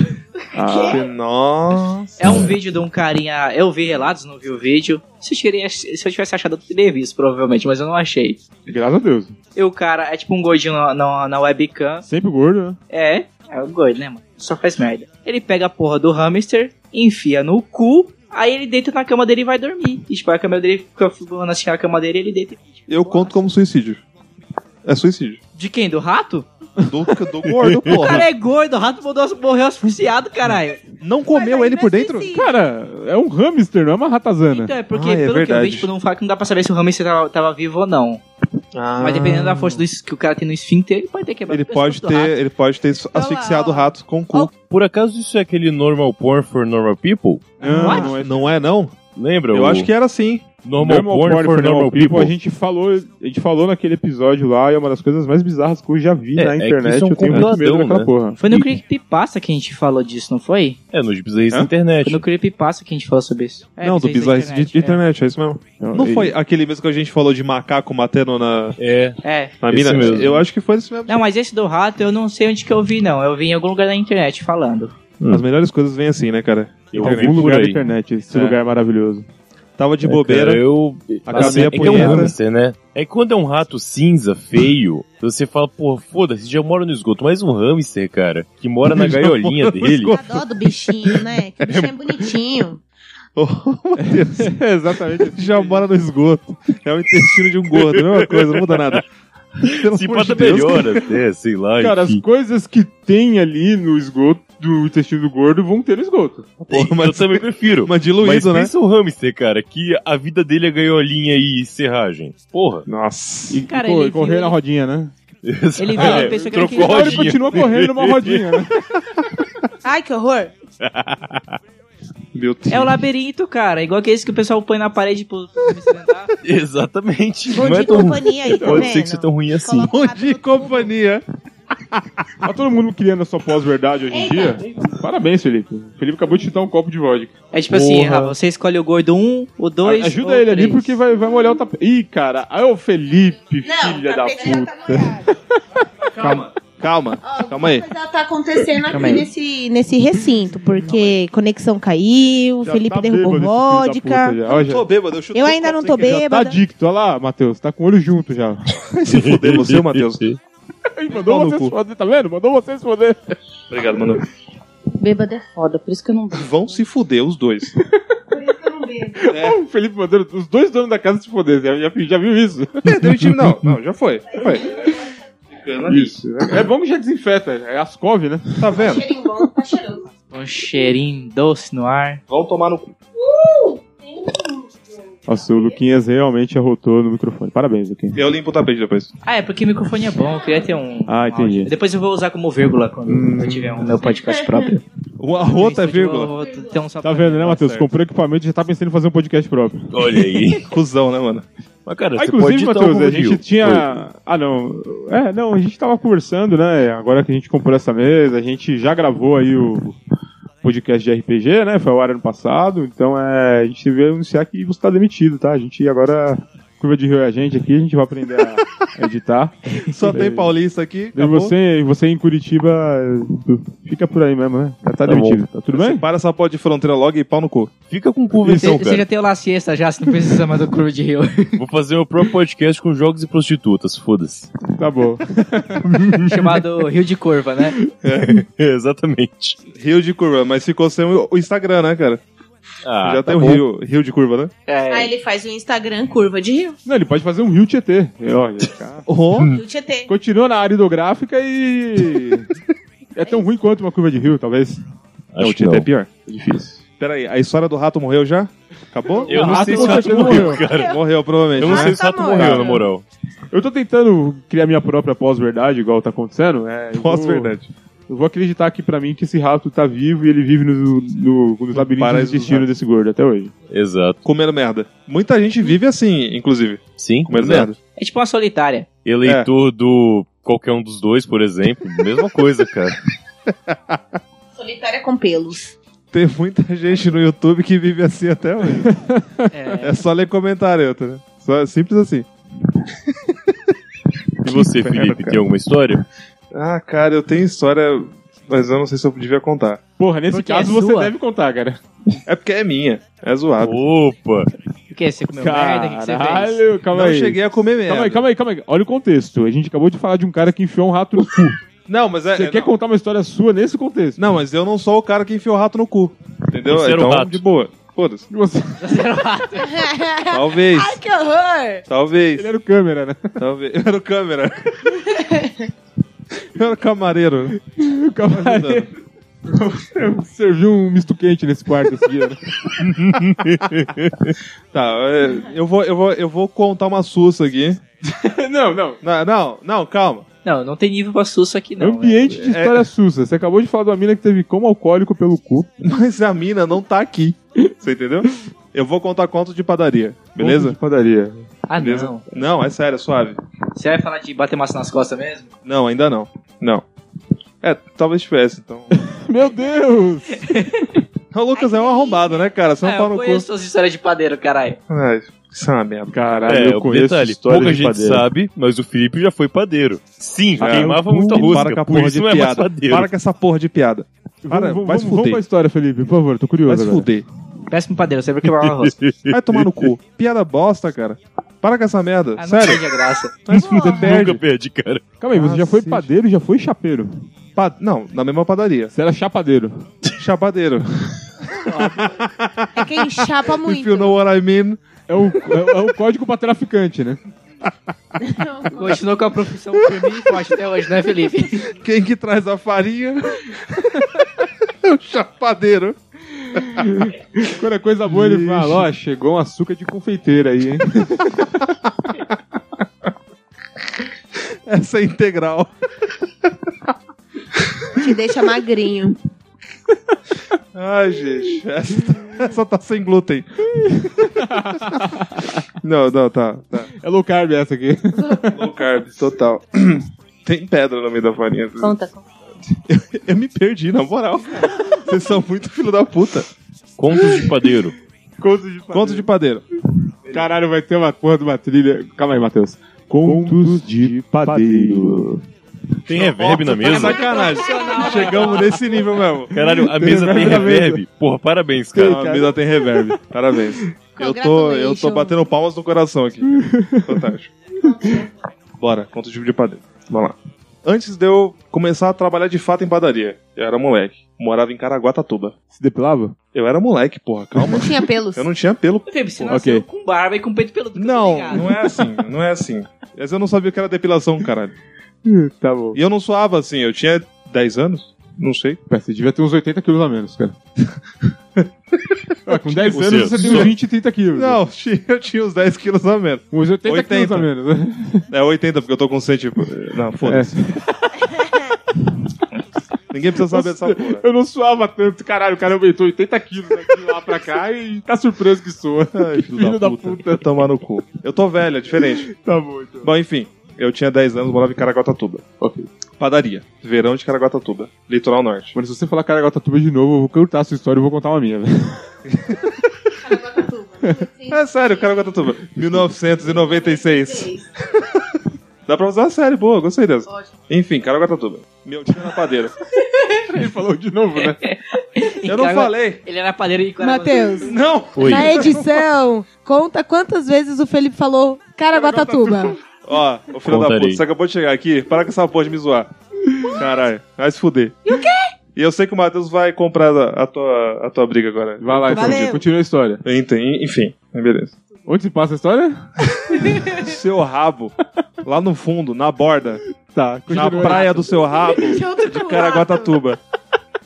Speaker 4: Ah, nossa.
Speaker 7: É um vídeo de um carinha. Eu vi relatos, não vi o vídeo. Se eu, tirei- se eu tivesse achado, eu teria visto, provavelmente, mas eu não achei.
Speaker 2: Graças a Deus.
Speaker 7: E o cara é tipo um gordinho na, na, na webcam.
Speaker 2: Sempre gordo, né?
Speaker 7: É, é um gordo, né, mano? Só faz merda. Ele pega a porra do hamster, enfia no cu, aí ele deita na cama dele e vai dormir. E tipo, a cama dele fica flutuando assim, a cama dele ele deita. e, tipo,
Speaker 4: Eu conto como suicídio. É suicídio.
Speaker 7: De quem? Do rato?
Speaker 4: Do, do gordo,
Speaker 7: O
Speaker 4: porra.
Speaker 7: cara é gordo, o rato mudou- morreu asfixiado, caralho.
Speaker 4: Não comeu
Speaker 6: Mas aí
Speaker 4: ele
Speaker 6: não é
Speaker 4: por dentro?
Speaker 6: suicídio.
Speaker 2: Cara, é um hamster, não é uma ratazana.
Speaker 7: Então, é porque
Speaker 4: Ah, é
Speaker 7: pelo que eu
Speaker 4: verdade.
Speaker 7: vi, tipo, não, fala que não dá pra saber se o hamster tava, tava vivo ou não.
Speaker 4: Ah.
Speaker 7: Mas dependendo da força do, es- que o cara tem no esfíncter, ele pode ter quebrado
Speaker 4: Ele
Speaker 7: o pescoço
Speaker 4: pode
Speaker 7: do rato.
Speaker 4: ter, ele pode ter
Speaker 6: lá,
Speaker 4: asfixiado o
Speaker 6: ó.
Speaker 4: rato com o cu.
Speaker 8: Por acaso isso é aquele normal porn for normal people?
Speaker 2: Não,
Speaker 4: não, é, não é, não?
Speaker 8: Lembra?
Speaker 4: Eu
Speaker 8: o
Speaker 4: acho que era assim. sim.
Speaker 2: é
Speaker 8: Normal, porn, for, normal people.
Speaker 2: Tipo, a gente falou, a gente falou naquele episódio lá, e é uma das coisas mais bizarras que eu já vi
Speaker 8: É,
Speaker 2: na
Speaker 8: é que
Speaker 2: internet.
Speaker 8: isso é um
Speaker 2: eu tenho muito medo
Speaker 8: compiladão,
Speaker 2: daquela
Speaker 8: né?
Speaker 2: porra.
Speaker 7: Foi no Creepypasta que a gente falou disso, não foi?
Speaker 8: É, nos bizarris da
Speaker 4: Hã?
Speaker 8: internet.
Speaker 7: Foi no Creepypasta que a gente falou sobre isso. É,
Speaker 4: não, do
Speaker 7: bizarro
Speaker 4: bizarro de, de internet, é. isso mesmo. Não foi aquele mesmo que a gente falou de macaco matando na,
Speaker 8: É,
Speaker 7: É. É.
Speaker 4: na
Speaker 8: Esse
Speaker 4: mina?
Speaker 8: mesmo.
Speaker 4: Eu acho que foi isso mesmo.
Speaker 7: Não, mas esse do rato eu não sei onde que eu vi, não. Eu vi em algum lugar da internet falando.
Speaker 4: As melhores coisas vêm assim, né, cara?
Speaker 8: eu
Speaker 2: Em
Speaker 8: ouvi
Speaker 2: algum
Speaker 8: por
Speaker 2: lugar da
Speaker 8: aí.
Speaker 2: internet, esse
Speaker 4: É.
Speaker 2: lugar é maravilhoso.
Speaker 4: Tava de
Speaker 8: É,
Speaker 4: bobeira,
Speaker 8: cara, eu
Speaker 4: acabei a
Speaker 8: é que é um
Speaker 4: punheta.
Speaker 8: hamster, né? É que quando é um rato cinza, feio, você fala, pô, foda-se, já mora no esgoto. Mas um hamster, cara, que mora na
Speaker 4: Já
Speaker 8: gaiolinha
Speaker 4: mora no
Speaker 8: dele.
Speaker 4: esgoto.
Speaker 6: A dó do bichinho, né? Que o bichinho é bonitinho.
Speaker 4: Ô, Matheus,
Speaker 2: É, exatamente.
Speaker 4: já mora no esgoto. É o intestino de um gordo, a mesma coisa, não muda nada. Pelo
Speaker 8: Se
Speaker 4: amor
Speaker 8: passa
Speaker 4: de Deus,
Speaker 8: melhor até, sei lá.
Speaker 2: Cara, as
Speaker 8: enfim.
Speaker 2: coisas que tem ali no esgoto, do intestino do gordo, vão ter no esgoto.
Speaker 4: porra, mas-
Speaker 8: Eu também prefiro.
Speaker 4: Mas
Speaker 8: Mas
Speaker 4: diluído, né?
Speaker 8: pensa um hamster, cara, que a vida dele é gaiolinha e serragem. Porra.
Speaker 4: Nossa.
Speaker 2: E,
Speaker 7: Cara,
Speaker 2: pô,
Speaker 7: ele
Speaker 2: e correr
Speaker 7: viu-
Speaker 2: na rodinha, né?
Speaker 7: Ele um viu
Speaker 8: É,
Speaker 7: e pensou que era
Speaker 2: Então
Speaker 7: aquele-
Speaker 8: trocou
Speaker 2: ele
Speaker 8: rodinha.
Speaker 2: continua correndo numa rodinha, né?
Speaker 6: Ai, que horror.
Speaker 4: Meu Deus.
Speaker 7: É o labirinto, cara. Igual que esse que o pessoal põe na parede pro pro mestre andar.
Speaker 8: Exatamente.
Speaker 6: Bom
Speaker 8: Não
Speaker 6: dia
Speaker 8: é
Speaker 6: e
Speaker 8: tão
Speaker 6: companhia aí, tá
Speaker 8: Pode
Speaker 6: vendo?
Speaker 8: ser que seja tão ruim assim.
Speaker 6: Coloca o rato
Speaker 4: Onde
Speaker 6: no
Speaker 4: companhia?
Speaker 2: Tá todo mundo criando a sua pós-verdade hoje em dia. Parabéns, Felipe. O Felipe acabou de chutar um copo de vodka.
Speaker 7: É tipo assim,
Speaker 4: Porra.
Speaker 7: ah, você escolhe o gordo 1, o 2.
Speaker 2: A- Ajuda ele ali porque vai, vai molhar o tapete. Ih, cara. Aí o Felipe,
Speaker 7: tá
Speaker 6: tá
Speaker 2: filha da puta.
Speaker 4: Calma. Calma, calma aí.
Speaker 6: Mas ela tá acontecendo aqui
Speaker 7: Calma aí.
Speaker 6: nesse, nesse recinto, porque conexão caiu, o
Speaker 2: Já
Speaker 6: Felipe
Speaker 2: tá
Speaker 6: derrubou
Speaker 2: bêbado esse filho da
Speaker 6: vodka.
Speaker 2: puta já. Olha, já-
Speaker 4: bêbado, eu chutei.
Speaker 6: Eu ainda não tô
Speaker 2: já tá
Speaker 6: bêbada.
Speaker 2: adicto. Olha lá, Matheus. Tá com o olho junto já.
Speaker 4: Se fuder você, Matheus.
Speaker 2: Ih, mandou
Speaker 4: Pau no
Speaker 2: você se
Speaker 4: cu.
Speaker 2: foder, tá vendo? Mandou você se foder.
Speaker 4: Obrigado, mano.
Speaker 3: Bêbado é foda, por isso que eu não bebo.
Speaker 4: Vão se fuder os dois.
Speaker 2: O Felipe mandando os dois donos da casa se foder. Já, já, já viu isso?
Speaker 4: Perdeu o time, não. Não, já foi. Já foi.
Speaker 2: Isso. É bom que já desinfeta. É Ascov, né?
Speaker 4: Tá vendo?
Speaker 7: Um cheirinho doce no ar.
Speaker 4: Vão tomar no cu.
Speaker 2: Nossa, o Luquinhas realmente arrotou no microfone. Parabéns, Luquinhas.
Speaker 4: Eu limpo o tapete depois.
Speaker 7: Ah, é porque o microfone é bom. Eu queria ter um.
Speaker 2: Ah,
Speaker 7: um
Speaker 2: entendi. Hum.
Speaker 7: áudio. Depois eu vou usar como vírgula quando eu tiver o meu podcast próprio.
Speaker 4: O arrota é vírgula.
Speaker 7: Tem um só
Speaker 2: Tá
Speaker 7: pra-
Speaker 2: vendo, né, Matheus?
Speaker 4: certo.
Speaker 2: Comprou equipamento e já tá pensando em fazer um podcast próprio.
Speaker 8: Olha aí.
Speaker 4: Cusão, né, mano?
Speaker 8: Mas, cara,
Speaker 2: Ah,
Speaker 8: você pode
Speaker 2: inclusive,
Speaker 8: dar
Speaker 2: Matheus,
Speaker 8: um
Speaker 2: a gente tinha. Ah, não. É, não, a gente tava conversando, né? Agora que a gente comprou essa mesa, a gente já gravou aí o podcast de RPG, né? Foi ao ar ano passado. Então é. A gente veio anunciar que você tá demitido, tá? A gente agora. Curva de Rio é a gente aqui, a gente vai aprender a editar.
Speaker 4: Só tem paulista aqui.
Speaker 2: E
Speaker 4: acabou.
Speaker 2: você, você em Curitiba, fica por aí mesmo, né? Tá,
Speaker 8: bom.
Speaker 2: demitido, tá tudo bem?
Speaker 4: Separa essa porra de fronteira logo e pau no cu. Então,
Speaker 8: Fica com
Speaker 7: Você,
Speaker 8: convenção,
Speaker 7: você
Speaker 8: cara.
Speaker 7: já tem o La Siesta já, você não precisa mais do Crew de Rio.
Speaker 8: Vou fazer meu próprio podcast com jogos e prostitutas, foda-se.
Speaker 2: Tá bom.
Speaker 7: chamado Rio de Curva, né?
Speaker 8: É, exatamente.
Speaker 4: Rio de curva, mas ficou sem o o Instagram, né, cara?
Speaker 8: Ah,
Speaker 4: Já
Speaker 8: tá
Speaker 4: tem o
Speaker 8: bom.
Speaker 4: Rio, Rio de curva, né?
Speaker 6: Aí ele faz o Instagram curva de rio,
Speaker 2: Não, ele pode fazer um Rio Tietê. Olha, cara. Hum.
Speaker 6: rio Tietê.
Speaker 2: Continua na área hidrográfica e. é tão ruim quanto uma curva de rio, talvez.
Speaker 8: Acho
Speaker 4: não, o
Speaker 8: que
Speaker 4: Tietê
Speaker 8: não.
Speaker 4: é pior.
Speaker 2: Difícil.
Speaker 4: Peraí, a história do rato morreu já? Acabou?
Speaker 8: Eu não
Speaker 2: Ah,
Speaker 8: sei
Speaker 2: com
Speaker 8: se o
Speaker 7: tá
Speaker 8: rato
Speaker 2: certeza
Speaker 8: morreu,
Speaker 2: morreu.
Speaker 8: cara.
Speaker 4: Morreu, provavelmente.
Speaker 8: Eu não
Speaker 4: né?
Speaker 8: sei se o
Speaker 6: tá
Speaker 8: rato morreu, na
Speaker 6: morto.
Speaker 8: moral.
Speaker 2: Eu tô tentando criar minha própria pós-verdade, igual tá acontecendo. É, eu vou-
Speaker 4: Pós-verdade.
Speaker 2: Eu vou acreditar aqui pra mim que esse rato tá vivo e ele vive no, no, nos labirintos
Speaker 4: paraíso
Speaker 2: do destino
Speaker 4: dos
Speaker 2: desse gordo até hoje.
Speaker 8: Exato.
Speaker 4: Comendo merda. Muita gente vive assim, inclusive.
Speaker 8: Sim,
Speaker 4: Comendo
Speaker 8: exato.
Speaker 4: merda.
Speaker 7: É tipo uma solitária.
Speaker 8: Eleitor do qualquer um dos dois, por exemplo. Mesma coisa, cara.
Speaker 6: Solitária com pelos.
Speaker 4: Tem muita gente no YouTube que vive assim até hoje.
Speaker 7: É.
Speaker 4: É só ler comentário, tá? né? Só, simples assim.
Speaker 8: E você,
Speaker 4: merda,
Speaker 8: Felipe,
Speaker 4: cara.
Speaker 8: tem alguma história?
Speaker 4: Ah, cara, eu tenho história, mas eu não sei se eu devia contar.
Speaker 2: Porra, nesse
Speaker 7: Porque
Speaker 2: caso
Speaker 7: é
Speaker 2: você
Speaker 7: sua.
Speaker 2: deve contar, cara.
Speaker 4: É porque é minha. É zoado.
Speaker 8: Opa!
Speaker 7: O que? Você comeu merda? O que que você fez?
Speaker 2: Caralho, calma
Speaker 4: não
Speaker 2: aí.
Speaker 4: cheguei a comer merda.
Speaker 2: Calma aí, calma aí, calma aí. Olha o contexto. A gente acabou de falar de um cara que enfiou um rato no cu.
Speaker 4: Não, mas é.
Speaker 2: Você
Speaker 4: é-
Speaker 2: quer contar uma história sua nesse contexto?
Speaker 4: Não, mas eu não sou o cara que enfiou o rato no cu. Entendeu?
Speaker 8: Você era o
Speaker 4: então,
Speaker 8: rato.
Speaker 4: de boa. Foda-se.
Speaker 2: Você-
Speaker 4: Talvez.
Speaker 6: Ai, que horror!
Speaker 4: Talvez.
Speaker 2: Ele era o câmera, né?
Speaker 4: Talvez. Eu era o câmera. eu era o camareiro.
Speaker 2: O cavaleiro. Serviu um misto quente nesse quarto esse dia. né?
Speaker 4: Tá, é, eu vou, eu, vou, eu vou contar uma sussa aqui.
Speaker 2: não, não.
Speaker 4: Não, não, não, calma.
Speaker 7: Não, não tem nível pra susto aqui, não.
Speaker 2: É um
Speaker 7: é-
Speaker 2: Ambiente de
Speaker 4: é-
Speaker 2: história sussa. Você acabou de falar de uma mina que teve como alcoólico pelo cu.
Speaker 4: Mas a mina não tá aqui. Você entendeu? Eu vou contar conto de padaria,
Speaker 2: Ponto
Speaker 4: beleza?
Speaker 2: De padaria.
Speaker 7: velho. Ah,
Speaker 4: Beleza?
Speaker 7: não.
Speaker 4: Não, é sério, é suave.
Speaker 7: Você vai falar de bater massa nas costas mesmo?
Speaker 4: Não, ainda não. Não. É, talvez tivesse, então.
Speaker 2: Meu Deus!
Speaker 4: O Lucas é um arrombado, né, cara? Você não
Speaker 7: Ah,
Speaker 4: fala
Speaker 7: eu
Speaker 4: no cu.
Speaker 7: conheço suas histórias de padeiro, caralho.
Speaker 4: Ai, isso é uma merda.
Speaker 2: Caralho,
Speaker 8: É,
Speaker 2: eu
Speaker 8: o
Speaker 2: conheço
Speaker 8: detalhe,
Speaker 2: história
Speaker 8: pouca
Speaker 2: de
Speaker 8: gente
Speaker 2: padeiro.
Speaker 8: sabe, mas o Felipe já foi padeiro. Sim,
Speaker 4: Ah,
Speaker 8: queimava muita rosca,
Speaker 4: Para com a
Speaker 8: por
Speaker 4: porra
Speaker 8: isso
Speaker 4: de
Speaker 8: não é mais
Speaker 4: piada.
Speaker 8: padeiro.
Speaker 4: Para com essa porra de piada.
Speaker 2: Vamos-
Speaker 4: Para,
Speaker 2: vamos,
Speaker 4: vai
Speaker 2: vamos,
Speaker 4: se
Speaker 2: vamos
Speaker 4: fuder.
Speaker 2: pra história, Felipe, por favor, tô
Speaker 4: Vai
Speaker 2: curioso
Speaker 4: se
Speaker 2: agora.
Speaker 4: fuder.
Speaker 7: Péssimo padeiro, você vai quebrar uma roça.
Speaker 2: Vai tomar no cu. Piada bosta, cara. Para com essa merda.
Speaker 7: Ah, não
Speaker 2: Sério.
Speaker 7: perde a graça.
Speaker 2: Mas você
Speaker 8: Nunca
Speaker 2: perde.
Speaker 8: perdi, cara.
Speaker 2: Calma aí, você já foi
Speaker 4: Cacete.
Speaker 2: padeiro e já foi chapeiro.
Speaker 4: Pa- Não, na mesma padaria.
Speaker 2: Você era chapadeiro.
Speaker 4: Chapadeiro.
Speaker 5: É quem chapa muito.
Speaker 4: If you know what I mean.
Speaker 2: É o, é, o- é o código pra traficante, né?
Speaker 7: Continuou com a profissão firme e forte até hoje, né, Felipe?
Speaker 4: Quem que traz a farinha? é o chapadeiro.
Speaker 2: Quando é coisa boa, ele fala, ó, chegou um açúcar de confeiteira aí, hein?
Speaker 4: Essa é integral.
Speaker 6: Te deixa magrinho.
Speaker 4: Ai, gente. Essa, essa tá sem glúten. não, não, tá. tá.
Speaker 2: É low carb essa aqui.
Speaker 4: Low carb, total. Tem pedra no meio da farinha.
Speaker 5: Conta, conta.
Speaker 4: Eu me perdi, na moral. Vocês são muito filho da puta.
Speaker 8: Contos de padeiro.
Speaker 2: Conto de
Speaker 4: Conto de padeiro.
Speaker 2: Caralho, vai ter uma porra de uma trilha. Calma aí, Matheus. Contos de padeiro.
Speaker 8: Tem reverb
Speaker 2: tá
Speaker 8: na mesa?
Speaker 4: Sacanagem. Chegamos nesse nível mesmo.
Speaker 8: Caralho, a mesa tem
Speaker 2: reverb na mesa.
Speaker 8: reverb. Porra, parabéns,
Speaker 4: Cara,
Speaker 8: cara.
Speaker 4: a mesa tem reverb. Parabéns. Eu tô, eu tô batendo palmas no coração aqui. Fantástico. Bora, conta o tipo de padeiro. Vamos lá. Antes de eu começar a trabalhar de fato em padaria, eu era moleque. Morava em Caraguatatuba.
Speaker 2: Se depilava?
Speaker 4: Eu era moleque, porra, calma.
Speaker 5: Não tinha pelos.
Speaker 4: Eu não tinha pelo.
Speaker 7: Felipe, você nasceu
Speaker 2: Ok.
Speaker 7: com barba e com peito peludo. que eu tô
Speaker 4: Não,
Speaker 7: ligado.
Speaker 4: não é assim, não é assim. Mas eu não sabia o que era depilação, caralho.
Speaker 2: Tá bom.
Speaker 4: E eu não suava assim, eu tinha 10 anos? Não sei.
Speaker 2: Pera, Você devia ter uns 80 quilos a menos, cara. Ué, com 10
Speaker 8: Ou
Speaker 2: anos
Speaker 8: seja,
Speaker 2: você tem uns
Speaker 8: só-
Speaker 2: 20, 30 quilos.
Speaker 4: Não, tinha- eu tinha uns 10 quilos a menos.
Speaker 2: Uns 80, quilos
Speaker 4: 80.
Speaker 2: a menos. né?
Speaker 4: É 80, porque eu tô com 100, tipo. Não, foda-se. Ninguém precisa saber dessa porra.
Speaker 2: Eu não suava tanto, caralho. O cara aumentou 80 quilos daqui lá pra cá e tá surpreso que soa.
Speaker 4: Ai,
Speaker 2: Filho da puta.
Speaker 4: Vai Tomar no cu. Eu tô velho, é diferente.
Speaker 2: Tá bom, então.
Speaker 4: Bom, enfim, eu tinha 10 anos, morava em Caraguatatuba.
Speaker 2: Ok.
Speaker 4: Padaria. Verão de Caraguatatuba, litoral norte.
Speaker 2: Mano, se você falar Caraguatatuba de novo, eu vou cantar a sua história e vou contar uma minha, velho.
Speaker 4: É sério, Caraguatatuba. 1996. Dá pra usar a série, boa, gostei dessa. Enfim, Caraguatatuba. Meu dia na padeira.
Speaker 2: Ele falou de novo, né?
Speaker 4: Eu não falei.
Speaker 7: Ele era padeiro e
Speaker 6: Matheus,
Speaker 4: Não!
Speaker 8: Oi.
Speaker 6: na edição, conta quantas vezes o Felipe falou Caraguatatuba.
Speaker 4: Ó, ô filho da
Speaker 8: Contarei.
Speaker 4: puta, você acabou de chegar aqui, para com essa porra de me zoar. Caralho, vai se fuder. E o quê? E eu sei que o Matheus vai comprar a, a tua, a tua briga agora.
Speaker 2: Vai lá, então,
Speaker 6: Valeu.
Speaker 2: continua a história.
Speaker 4: Enten- Enfim, beleza.
Speaker 2: Onde se passa a história?
Speaker 4: Seu rabo, lá no fundo, na borda,
Speaker 2: Tá,
Speaker 4: na praia do seu rabo, de Caraguatatuba.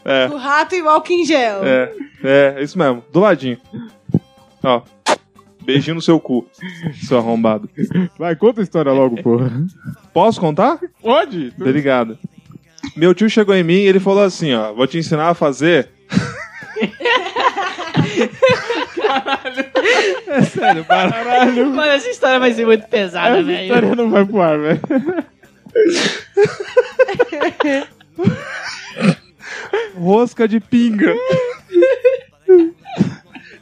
Speaker 4: É,
Speaker 6: O rato e o álcool em gel.
Speaker 4: é, é, é isso mesmo, do ladinho. Ó, beijinho no seu cu, seu arrombado.
Speaker 2: Vai, conta a história logo, porra.
Speaker 4: Posso contar?
Speaker 2: Pode?
Speaker 4: Obrigado. Tá Meu tio chegou em mim e ele falou assim, ó, vou te ensinar a fazer. Caralho. É sério, para.
Speaker 7: Mano, essa história vai ser muito pesada,
Speaker 2: Essa
Speaker 7: velho.
Speaker 2: história não vai pro ar, velho.
Speaker 4: Rosca de pinga.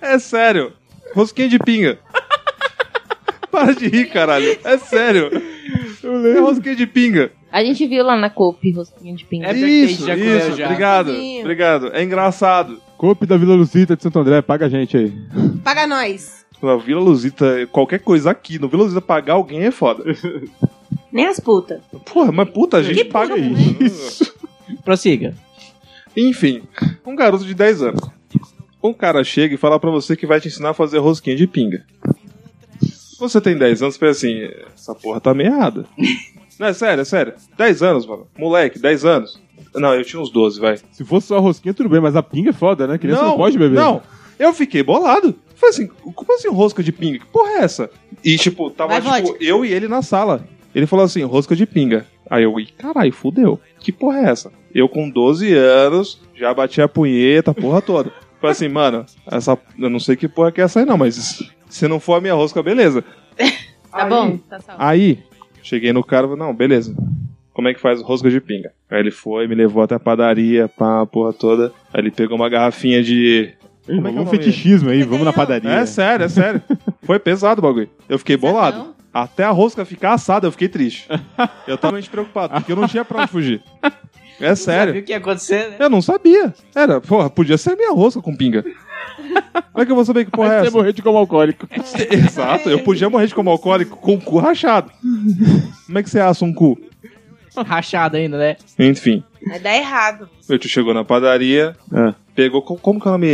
Speaker 4: É sério. Rosquinha de pinga. Para de rir, caralho. É sério. É rosquinha de pinga.
Speaker 3: A gente viu lá na Cope, rostinho de pinga.
Speaker 7: É porque a gente
Speaker 4: isso,
Speaker 7: já comeu
Speaker 4: isso.
Speaker 7: já.
Speaker 4: Obrigado.
Speaker 6: Sim.
Speaker 4: Obrigado. É engraçado.
Speaker 2: Cope da Vila Lucita de Santo André, paga a gente aí.
Speaker 6: Paga nós.
Speaker 4: Na Vila Luzita, qualquer coisa aqui, no Vila Luzita pagar alguém é foda.
Speaker 6: Nem as putas.
Speaker 4: Porra, mas puta, a gente paga isso.
Speaker 7: Prossiga.
Speaker 4: Enfim, um garoto de 10 anos. Um cara chega e fala pra você que vai te ensinar a fazer rosquinha de pinga. Você tem 10 anos, pensa assim, essa porra tá meio errada. Não, é sério, é sério. 10 anos, mano. Moleque, 10 anos. Não, eu tinha uns 12, vai.
Speaker 2: Se fosse só rosquinha, tudo bem, mas a pinga é foda, né? Criança não, pode beber.
Speaker 4: Não, eu fiquei bolado. Falei assim, como assim rosca de pinga? Que porra é essa? E, tipo, tava,
Speaker 6: Vai,
Speaker 4: tipo, eu e ele na sala. Ele falou assim, rosca de pinga. Aí eu, "Ih, caralho, fudeu. Que porra é essa? Eu com 12 anos, já bati a punheta, a porra toda. Falei assim, mano, essa, eu não sei que porra que é essa aí não, mas se não for a minha rosca, beleza.
Speaker 5: Tá bom? Tá salvo.
Speaker 4: Aí, cheguei no cara e falei, não, beleza. Como é que faz rosca de pinga? Aí ele foi, me levou até a padaria, pá, a porra toda. Aí ele pegou uma garrafinha de
Speaker 2: Ei,
Speaker 4: Como é que é o
Speaker 2: vamos
Speaker 4: nome?
Speaker 2: fetichismo aí, vamos na
Speaker 6: Não.
Speaker 2: padaria.
Speaker 4: É sério, é sério. Foi pesado o bagulho. Eu fiquei bolado. Até a rosca ficar assada, eu fiquei triste. Eu tava realmente preocupado, porque eu não tinha pra onde fugir. É
Speaker 7: Viu
Speaker 4: sério.
Speaker 7: o que ia acontecer, né?
Speaker 4: Eu não sabia. Era, porra, podia ser minha rosca com pinga. Como é que eu vou saber que porra é
Speaker 2: Aí você
Speaker 4: essa?
Speaker 2: morreu de como alcoólico.
Speaker 4: Exato, eu podia morrer de como alcoólico com o cu rachado. Como é que você assa um cu?
Speaker 7: Rachado ainda, né?
Speaker 4: Enfim,
Speaker 6: Vai dar errado.
Speaker 4: meu tio chegou na padaria, pegou. co- Como que é o nome?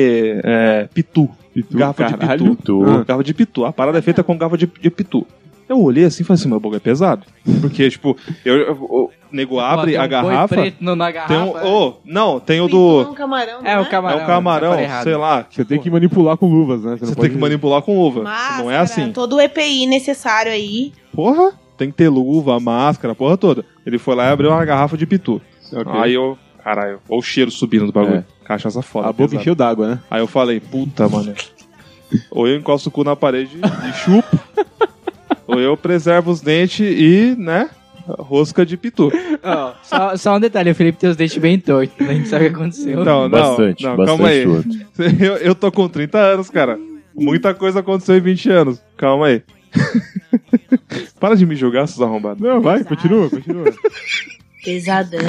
Speaker 4: É, pitu.
Speaker 2: Pitu,
Speaker 4: garrafa de
Speaker 2: caralho.
Speaker 4: pitu.
Speaker 2: Ah.
Speaker 4: Garrafa de pitu. A parada é feita com garrafa de, de pitu. Eu olhei assim e falei assim, meu bagulho é pesado. Porque, tipo, eu, eu- o nego abre
Speaker 7: Bota
Speaker 4: a
Speaker 7: um boi
Speaker 4: garrafa.
Speaker 7: preto no- na garrafa. né?
Speaker 4: Tem um. Oh, não, tem o do.
Speaker 6: Um camarão,
Speaker 7: É o camarão.
Speaker 4: é o
Speaker 7: eu
Speaker 4: camarão,
Speaker 7: falei errado.
Speaker 4: sei lá.
Speaker 2: Você tem que manipular com luvas, né? Você, não
Speaker 4: Você
Speaker 2: pode-
Speaker 4: tem que manipular com uva.
Speaker 6: Máscara,
Speaker 4: não é assim.
Speaker 6: Todo o EPI necessário aí.
Speaker 4: Porra, tem que ter luva, máscara, porra toda. Ele foi lá e abriu uma garrafa de pitu.
Speaker 2: Ok. É.
Speaker 4: Aí eu. Caralho, olha o cheiro subindo do bagulho. Cachaça foda.
Speaker 2: A boca
Speaker 4: pesado.
Speaker 2: encheu d'água, né?
Speaker 4: Aí eu falei, puta, mano. Ou eu encosto o cu na parede e chupo. ou eu preservo os dentes e, né? Rosca de pitu.
Speaker 7: Ó, só, só um detalhe, o Felipe tem os dentes bem tortos, né? a gente sabe o que aconteceu.
Speaker 4: Não, não,
Speaker 8: bastante,
Speaker 4: não,
Speaker 8: bastante
Speaker 4: calma aí.
Speaker 8: torto.
Speaker 4: Eu, eu tô com 30 anos, cara. Muita coisa aconteceu em 20 anos. Calma aí. Para de me julgar, seus arrombados.
Speaker 2: Não, vai, Ah. continua, continua.
Speaker 6: Pesadão.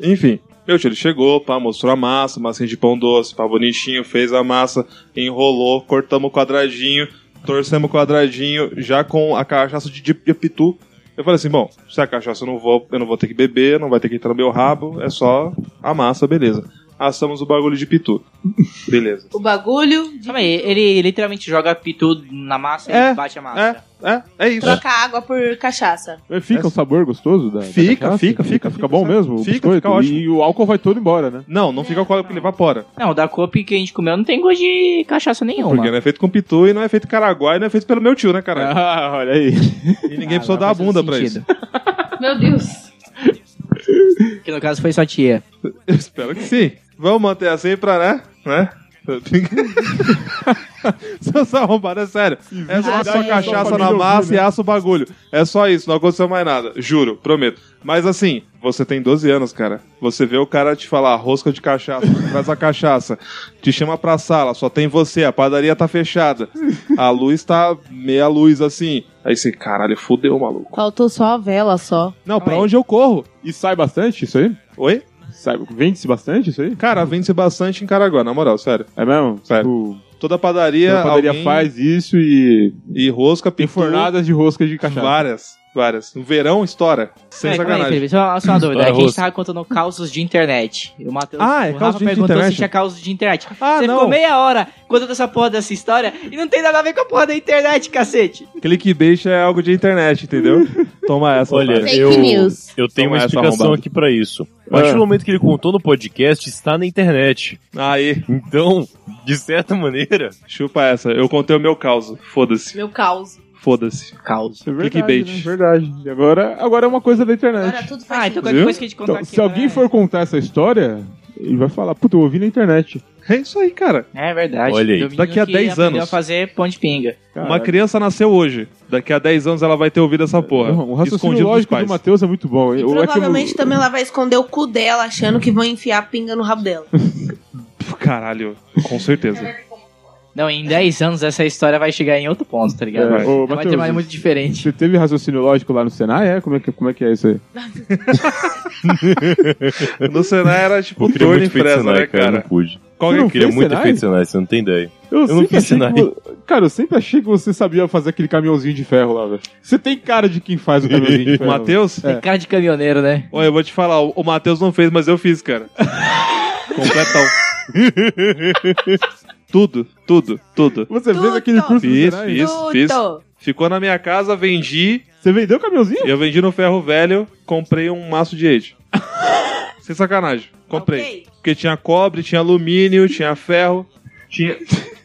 Speaker 4: Enfim, meu tio ele chegou, pá, mostrou a massa, massinha de pão doce, pá, bonitinho, fez a massa, enrolou, cortamos o quadradinho, torcemos o quadradinho, já com a cachaça de, de, de pitu. Eu falei assim, bom, se a cachaça eu não vou, eu não vou ter que beber, não vai ter que entrar no meu rabo, é só a massa, beleza. Assamos o bagulho de pitu. Beleza.
Speaker 6: O bagulho,
Speaker 7: Calma aí, ele literalmente joga pitu na massa
Speaker 4: É,
Speaker 7: e bate a massa.
Speaker 4: É, é, é isso.
Speaker 6: troca água por cachaça.
Speaker 2: Mas É, Fica o sabor gostoso da da
Speaker 4: Fica,
Speaker 2: cachaça?
Speaker 4: fica, fica,
Speaker 2: Fica bom
Speaker 4: fica,
Speaker 2: mesmo? o
Speaker 4: fica,
Speaker 2: biscoito?
Speaker 4: fica ótimo.
Speaker 2: E o álcool vai todo embora, né?
Speaker 4: Não, não fica alcoólico, ele evapora.
Speaker 7: Não, o da Copa que a gente comeu não tem gosto de cachaça nenhuma.
Speaker 4: Porque não é feito com pitu e não é feito em Caraguai, não é feito pelo meu tio, né, cara?
Speaker 2: Ah, olha aí.
Speaker 4: E ninguém
Speaker 7: Ah,
Speaker 4: precisou
Speaker 7: agora
Speaker 4: é dar a
Speaker 7: faz todo
Speaker 4: bunda pra isso.
Speaker 7: sentido.
Speaker 3: Meu Deus.
Speaker 7: Que no caso foi sua tia.
Speaker 4: Eu espero que sim. Vamos manter assim pra, né? né? Seus arrombados, é sério. É só, só cachaça na massa e assa o bagulho. É só isso, não aconteceu mais nada. Juro, prometo. Mas assim, você tem 12 anos, cara. Você vê o cara te falar rosca de cachaça, traz a cachaça, te chama pra sala, só tem você, a padaria tá fechada. A luz tá meia luz assim. Aí você, caralho, fudeu, maluco.
Speaker 6: Faltou só a vela só.
Speaker 4: Não, pra onde eu corro?
Speaker 2: E sai bastante isso aí?
Speaker 4: Oi?
Speaker 2: Sai- Vende-se bastante isso aí?
Speaker 4: Cara, vende-se bastante em Caraguá, na moral, sério.
Speaker 2: É mesmo?
Speaker 4: Sério.
Speaker 2: Tipo,
Speaker 4: Toda padaria,
Speaker 2: a padaria
Speaker 4: alguém-
Speaker 2: faz isso e
Speaker 4: E rosca,
Speaker 2: tem
Speaker 4: pitu,
Speaker 2: fornadas de rosca de cachaça.
Speaker 4: várias, várias. No verão estoura, sem
Speaker 7: Peraí, peraí,
Speaker 4: sacanagem.
Speaker 7: É, Felipe, só, só uma dúvida. Aqui
Speaker 8: Estoura
Speaker 7: a gente
Speaker 8: rosto.
Speaker 7: tava contando causos de internet. E O Matheus
Speaker 4: Ah, é
Speaker 7: o
Speaker 4: causos
Speaker 7: Rafa
Speaker 4: de
Speaker 7: perguntou
Speaker 4: internet.
Speaker 7: se tinha causos de internet.
Speaker 4: Ah,
Speaker 7: Você
Speaker 4: não,
Speaker 7: ficou meia hora contando essa porra dessa história e não tem nada a ver com a porra da internet, cacete.
Speaker 4: clickbait é algo de internet, entendeu? Toma essa,
Speaker 8: Olha,
Speaker 4: otário.
Speaker 5: Fake
Speaker 8: eu,
Speaker 5: news.
Speaker 2: é
Speaker 8: eu tenho
Speaker 4: Toma
Speaker 8: uma
Speaker 4: essa,
Speaker 8: explicação
Speaker 4: arrombado.
Speaker 8: aqui pra isso.
Speaker 2: Ah.
Speaker 8: A partir do momento que ele contou no podcast, está na internet.
Speaker 4: Aí,
Speaker 8: Então, de certa maneira,
Speaker 4: chupa essa, eu contei o meu caos, foda-se,
Speaker 6: Meu caos.
Speaker 4: foda-se.
Speaker 7: Caos.
Speaker 2: É verdade,
Speaker 4: Clickbait.
Speaker 2: né? verdade. E agora, agora é uma coisa da internet.
Speaker 6: tudo
Speaker 7: Ah, então qualquer
Speaker 2: Viu?
Speaker 7: coisa que a gente contar
Speaker 2: Então,
Speaker 7: aqui.
Speaker 2: se alguém
Speaker 7: né?
Speaker 2: for contar essa história, ele vai falar, puta, eu ouvi na internet.
Speaker 4: É isso aí, cara.
Speaker 7: É verdade.
Speaker 8: Olha aí.
Speaker 7: Do menino
Speaker 4: Daqui a
Speaker 7: que
Speaker 4: 10
Speaker 7: aprendeu
Speaker 4: anos.
Speaker 7: a fazer pão de pinga.
Speaker 4: Uma criança nasceu hoje, daqui a 10 anos ela vai ter ouvido essa porra,
Speaker 2: Não, o raciocínio
Speaker 4: escondido dos
Speaker 2: lógico do
Speaker 4: pais.
Speaker 2: Matheus é muito bom. Eu- é que eu-
Speaker 6: Provavelmente também ela vai esconder o cu dela, achando que vão enfiar a pinga no rabo dela.
Speaker 4: Caralho, com certeza.
Speaker 7: Não, em 10 anos essa história vai chegar em outro ponto, tá ligado?
Speaker 2: É, ô,
Speaker 7: É uma
Speaker 2: Matheus,
Speaker 7: temática muito diferente.
Speaker 2: Você teve raciocínio lógico lá no Senai? É? Como é que, como é, que é isso aí?
Speaker 4: No Senai era tipo
Speaker 8: eu queria
Speaker 4: torno
Speaker 8: muito
Speaker 4: e
Speaker 8: feito
Speaker 4: fresa,
Speaker 8: Senai,
Speaker 4: né,
Speaker 8: cara, eu não
Speaker 4: cara?
Speaker 8: pude.
Speaker 4: Qual que é
Speaker 2: Você
Speaker 8: Eu
Speaker 2: não
Speaker 8: queria
Speaker 2: fez
Speaker 8: muito ter
Speaker 2: Senai?
Speaker 8: feito Senai, você não tem ideia.
Speaker 2: Eu,
Speaker 8: não
Speaker 2: sempre
Speaker 8: fiz
Speaker 2: achei
Speaker 8: Senai.
Speaker 2: que vo- Cara, eu sempre achei que você sabia fazer aquele caminhãozinho de ferro lá, velho. Você tem cara de quem faz o caminhãozinho de
Speaker 4: O
Speaker 2: ferro.
Speaker 4: Matheus?
Speaker 2: É.
Speaker 7: Cara de caminhoneiro, né?
Speaker 4: Olha, eu vou te falar, o o Matheus não fez, mas eu fiz, cara. Completão. tudo, tudo, tudo.
Speaker 2: Você fez
Speaker 6: Tudo.
Speaker 2: aquele curso do
Speaker 4: Fiz,
Speaker 2: Senai?
Speaker 4: fiz, fiz.
Speaker 6: Tudo.
Speaker 4: Ficou na minha casa, vendi.
Speaker 2: Você vendeu o caminhãozinho?
Speaker 4: Eu vendi no ferro velho, comprei um maço de age. Sem sacanagem. Comprei.
Speaker 6: Ok.
Speaker 4: Porque tinha cobre, tinha alumínio, tinha ferro, tinha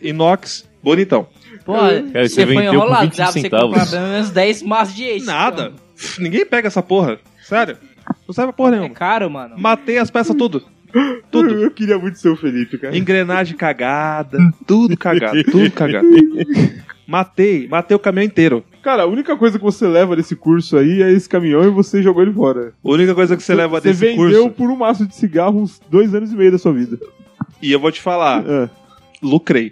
Speaker 4: inox. Bonitão.
Speaker 7: Pô,
Speaker 8: Cara, você
Speaker 7: você foi
Speaker 8: vendeu com
Speaker 7: enrolado,
Speaker 8: 25
Speaker 7: dá pra você
Speaker 8: centavos.
Speaker 7: comprar pelo menos 10 maços de então. eixo.
Speaker 4: Nada. Ninguém pega essa porra. Sério. Não serve pra porra
Speaker 7: É
Speaker 4: nenhuma.
Speaker 7: caro, mano.
Speaker 4: Matei as peças tudo. Tudo.
Speaker 2: Eu queria muito ser o Felipe, cara.
Speaker 4: Engrenagem cagada, tudo cagado, tudo cagado. Matei, matei o caminhão inteiro.
Speaker 2: Cara, a única coisa que você leva desse curso aí é esse caminhão e você jogou ele fora.
Speaker 4: A única coisa que você leva desse
Speaker 2: Você vendeu
Speaker 4: curso,
Speaker 2: por um maço de cigarro uns dois anos e meio da sua vida.
Speaker 4: e eu vou te falar,
Speaker 2: Ah.
Speaker 4: lucrei.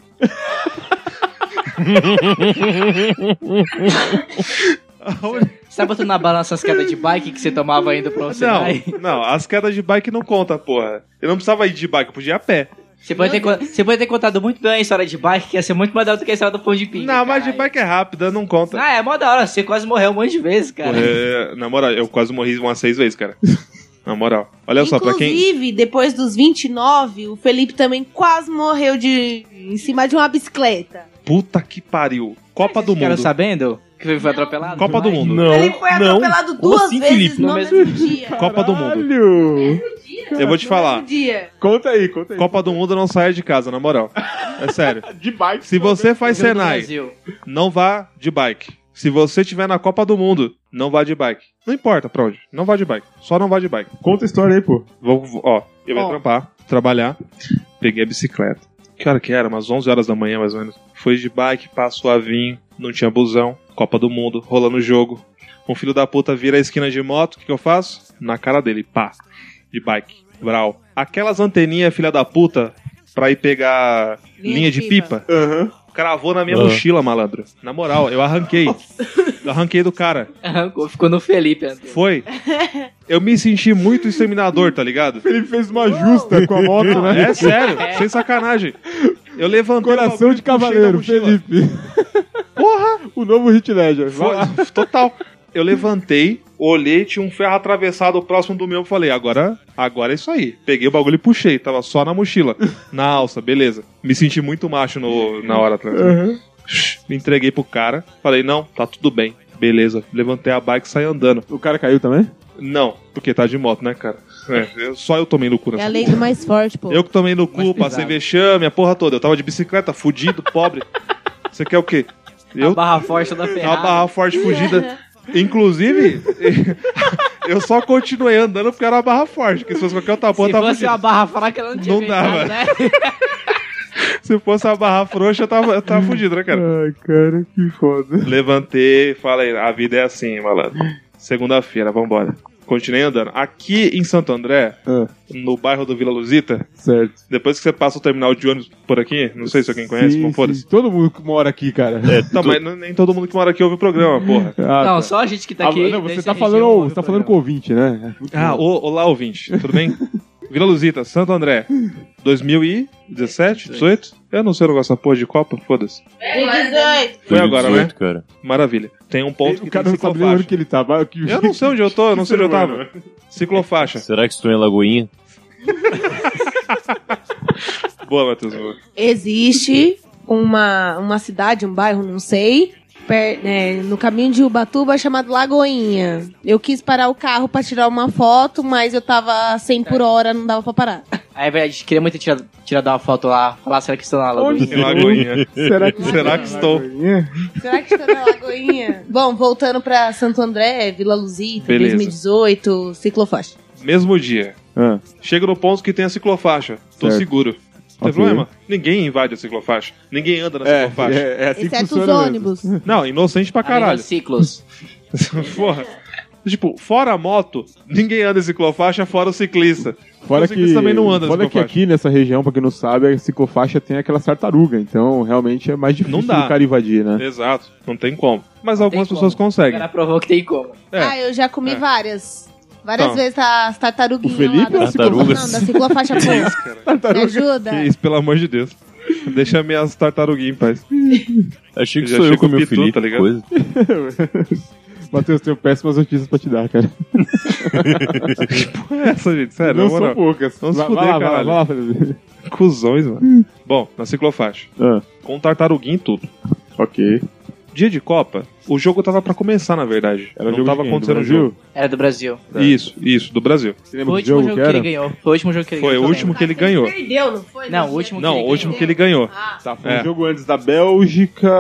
Speaker 7: Você tá botando na balança as quedas de bike que você tomava indo pra você?
Speaker 4: Não, não, as quedas de bike não conta, porra. Eu não precisava ir de bike, eu podia ir a pé.
Speaker 7: Você pode, ter, con- você pode ter contado muito bem a história de bike, que ia ser muito mais da hora do que a história do pão de pinga.
Speaker 4: Não, mas de
Speaker 7: caralho.
Speaker 4: bike é rápida, não conta.
Speaker 7: Ah, é mó da hora. Você quase morreu um monte de vezes, cara.
Speaker 4: É, na moral, eu quase morri umas seis vezes, cara. Na moral. Olha só, pra quem.
Speaker 6: Inclusive, depois dos 29, o Felipe também quase morreu de em cima de uma bicicleta.
Speaker 4: Puta que pariu. Copa do
Speaker 7: Ficaram
Speaker 4: Mundo.
Speaker 7: sabendo né? que foi- foi atropelado?
Speaker 4: Copa do
Speaker 7: Mas-
Speaker 4: Mundo.
Speaker 8: Não,
Speaker 6: Ele foi
Speaker 8: não.
Speaker 6: atropelado
Speaker 8: Como
Speaker 6: duas
Speaker 8: assim,
Speaker 6: vezes
Speaker 8: Felipe?
Speaker 6: no
Speaker 7: No
Speaker 6: mesmo, dia.
Speaker 4: Copa do Mundo.
Speaker 2: Caralho!
Speaker 4: é Eu vou te falar.
Speaker 6: No dia.
Speaker 2: Conta aí, conta aí.
Speaker 4: Copa do Mundo não saia de casa, na moral. É sério.
Speaker 2: De bike.
Speaker 4: Se você faz
Speaker 7: Jogo do
Speaker 4: Senai,
Speaker 7: Brasil.
Speaker 4: não vá de bike. Se você estiver na Copa do Mundo, não vá de bike. Não importa pra onde. Não vá de bike. Só não vá de bike.
Speaker 2: Conta a história aí, pô.
Speaker 4: Vou, vou- ó, eu vou
Speaker 6: Ó.
Speaker 4: trampar, trabalhar. Peguei a bicicleta. Que hora que era? Umas 11 horas da manhã, mais ou menos. Fui de bike, passo a vinho, não tinha busão. Copa do Mundo, rolando o jogo. Um filho da puta vira a esquina de moto, o que, que eu faço? Na cara dele, pá. De bike, brau. Aquelas anteninhas, filha da puta, pra ir pegar linha, de pipa.
Speaker 2: Aham.
Speaker 4: cravou na minha
Speaker 8: Ah.
Speaker 4: mochila, malandro. Na moral, eu arranquei. Eu arranquei do cara.
Speaker 7: Arrancou, Ah, ficou no Felipe. Antônio.
Speaker 4: Foi. Eu me senti muito exterminador, tá ligado?
Speaker 2: Ele fez uma justa com a moto, né?
Speaker 4: É sério, sem sacanagem. Eu levantei. o
Speaker 2: Coração
Speaker 4: bagulho
Speaker 2: de
Speaker 4: e puxei da
Speaker 2: Cavaleiro,
Speaker 4: mochila.
Speaker 2: Felipe. Porra! O novo Hit Ledger. Vai lá.
Speaker 4: Foi, total. Eu levantei, olhei, tinha um ferro atravessado próximo do meu. Falei, agora, agora é isso aí. Peguei o bagulho e puxei. Tava só na mochila, na alça, beleza. Me senti muito macho no, na hora. tá ligado?
Speaker 2: Aham.
Speaker 4: Me entreguei pro cara. Falei, não, tá tudo bem. Beleza. Levantei a bike e saí andando.
Speaker 2: O cara caiu também?
Speaker 4: Não, porque tá de moto, né, cara? É, eu- só eu tomei no cu
Speaker 6: É
Speaker 4: nessa
Speaker 6: a lei do mais forte, pô.
Speaker 4: Eu que tomei no cu,
Speaker 7: Mais pesado.
Speaker 4: passei vexame, a porra toda. Eu tava de bicicleta, fudido, pobre. Você quer o quê?
Speaker 7: A
Speaker 4: Eu
Speaker 7: barra forte da
Speaker 4: tava
Speaker 7: Ferrari.
Speaker 4: uma barra forte fugida. Inclusive, eu só continuei andando porque era uma barra forte. Porque se fosse qualquer outra porra,
Speaker 7: Se
Speaker 4: eu tava
Speaker 7: fosse
Speaker 4: fudido.
Speaker 7: uma barra fraca, ela não tinha
Speaker 4: Não
Speaker 7: ganhado,
Speaker 4: dava.
Speaker 7: né?
Speaker 4: Se fosse uma barra frouxa, eu tava, eu tava fudido, né, cara?
Speaker 2: Ai, cara, que foda.
Speaker 4: Levantei, falei, a vida é assim, malandro. Segunda-feira, vambora. Continuei andando. Aqui em Santo André,
Speaker 2: Ah.
Speaker 4: no bairro do Vila Luzita,
Speaker 2: Certo.
Speaker 4: Depois que você passa o terminal de ônibus por aqui, não sei se alguém conhece,
Speaker 2: Sim,
Speaker 4: bom,
Speaker 2: sim.
Speaker 4: foda-se.
Speaker 2: Todo mundo que mora aqui, cara.
Speaker 4: Tá, mas n- nem todo mundo que mora aqui ouve o programa, porra.
Speaker 2: Ah,
Speaker 7: Não,
Speaker 2: tá.
Speaker 7: só a gente que tá
Speaker 2: Ah,
Speaker 7: aqui.
Speaker 2: não, você
Speaker 7: deixa
Speaker 2: tá
Speaker 7: a gente ir
Speaker 2: falando,
Speaker 7: embora,
Speaker 2: você tá
Speaker 7: pô,
Speaker 2: falando
Speaker 7: não.
Speaker 2: com o ouvinte, né?
Speaker 4: Ah, ô- olá, ouvinte, tudo bem? Vila Luzita, Santo André, 2017, 18? Eu não sei o negócio da porra de Copa, foda-se. Foi agora, né?
Speaker 8: 2018, cara.
Speaker 4: Maravilha. Tem um ponto
Speaker 2: o
Speaker 4: que tem
Speaker 2: cara não sabe nem onde
Speaker 4: ciclofaixa.
Speaker 2: que ele tá. mas que-
Speaker 4: Eu não sei onde eu tô, eu não sei onde eu
Speaker 2: ser humano,
Speaker 4: tava. Ciclofaixa.
Speaker 8: Será que estou em Lagoinha?
Speaker 4: Boa, Matheus. boa.
Speaker 6: Existe uma, uma cidade, um bairro, não sei, per- né, no caminho de Ubatuba chamado Lagoinha. Eu quis parar o carro pra tirar uma foto, mas eu tava 100 por hora, não dava pra parar.
Speaker 7: Aí, velho, a gente queria muito tirar, tirar dar uma foto lá, falar, será que estão lá? Lagoinha?
Speaker 4: Em Lagoinha.
Speaker 2: Será que,
Speaker 4: Será que estou?
Speaker 6: Será que tá na Lagoinha? Bom, voltando pra Santo André, Vila Luzita,
Speaker 4: Beleza. É
Speaker 6: 2018, ciclofaixa.
Speaker 4: Mesmo dia.
Speaker 2: Ah,
Speaker 4: Chega no ponto que tem a ciclofaixa. Tô
Speaker 2: Certo.
Speaker 4: seguro. Não tem
Speaker 2: Ok.
Speaker 4: problema. Ninguém invade a ciclofaixa. Ninguém anda na
Speaker 2: é,
Speaker 4: ciclofaixa.
Speaker 2: é, é assim que
Speaker 6: Exceto os
Speaker 2: funciona mesmo.
Speaker 6: ônibus.
Speaker 4: Não, inocente pra
Speaker 7: Além
Speaker 4: caralho.
Speaker 7: dos Ciclos.
Speaker 4: Porra. Tipo, fora a moto, ninguém anda em ciclofaixa, fora o ciclista.
Speaker 2: Fora
Speaker 4: O
Speaker 2: que,
Speaker 4: ciclista também não anda na
Speaker 2: fora que
Speaker 4: ciclofaixa.
Speaker 2: aqui nessa região, pra quem não sabe, a ciclofaixa tem aquelas tartarugas, então realmente é mais difícil
Speaker 4: Não dá.
Speaker 2: do cara invadir, né?
Speaker 4: Exato, não tem como. Mas algumas
Speaker 7: tem
Speaker 4: pessoas
Speaker 7: como. O
Speaker 4: conseguem.
Speaker 7: cara provou que tem como.
Speaker 4: É.
Speaker 6: Ah, eu já comi
Speaker 4: É.
Speaker 6: várias. Várias
Speaker 4: Então.
Speaker 6: vezes as tartaruguinhas
Speaker 2: O Felipe
Speaker 6: lá da
Speaker 8: ou as
Speaker 6: ciclofaixa.
Speaker 8: tartarugas?
Speaker 6: Não, da ciclofaixa pô.
Speaker 4: Isso, cara.
Speaker 6: Me
Speaker 2: né?
Speaker 6: ajuda.
Speaker 4: Que isso, pelo amor de Deus. Deixa minhas tartaruguinhas em paz.
Speaker 8: Achei que
Speaker 4: Já
Speaker 8: sou eu
Speaker 4: chegou
Speaker 8: com o meu
Speaker 4: Pitu,
Speaker 8: Felipe.
Speaker 4: tá ligado?
Speaker 8: coisa.
Speaker 2: Matheus, tenho péssimas notícias pra te dar, cara.
Speaker 4: Essa, É gente, sério,
Speaker 2: não
Speaker 4: na moral.
Speaker 2: são poucas.
Speaker 4: Vamos
Speaker 2: Vai-
Speaker 4: se fuder,
Speaker 2: vai lá,
Speaker 4: caralho.
Speaker 2: Vai lá, vai lá, Felipe.
Speaker 4: Cusões,
Speaker 2: Hum.
Speaker 4: mano. Bom, na ciclofaixa.
Speaker 2: Ah,
Speaker 4: Com tartaruguinha e tudo.
Speaker 2: ok.
Speaker 4: Dia de Copa, o jogo tava pra começar, na verdade.
Speaker 2: Era
Speaker 4: não
Speaker 2: jogo
Speaker 4: tava
Speaker 2: de quem?
Speaker 4: acontecendo
Speaker 2: Do
Speaker 4: o jogo. É.
Speaker 7: Era do Brasil.
Speaker 2: Brasil?
Speaker 4: Isso, isso, do Brasil.
Speaker 2: Você
Speaker 7: Foi o
Speaker 2: lembra do
Speaker 7: último
Speaker 2: jogo,
Speaker 7: jogo que,
Speaker 2: que
Speaker 7: ele
Speaker 2: era?
Speaker 7: ganhou. Foi o último jogo que ele
Speaker 4: Foi o
Speaker 7: ganhou.
Speaker 4: último que ele ganhou.
Speaker 6: Tá, Perdeu, não foi? né,
Speaker 7: Não, o último
Speaker 4: Não,
Speaker 7: que
Speaker 4: o
Speaker 7: ele
Speaker 4: último
Speaker 7: ganhou.
Speaker 4: que ele ganhou.
Speaker 6: Ah,
Speaker 2: Tá, foi
Speaker 4: É.
Speaker 2: um jogo antes da Bélgica.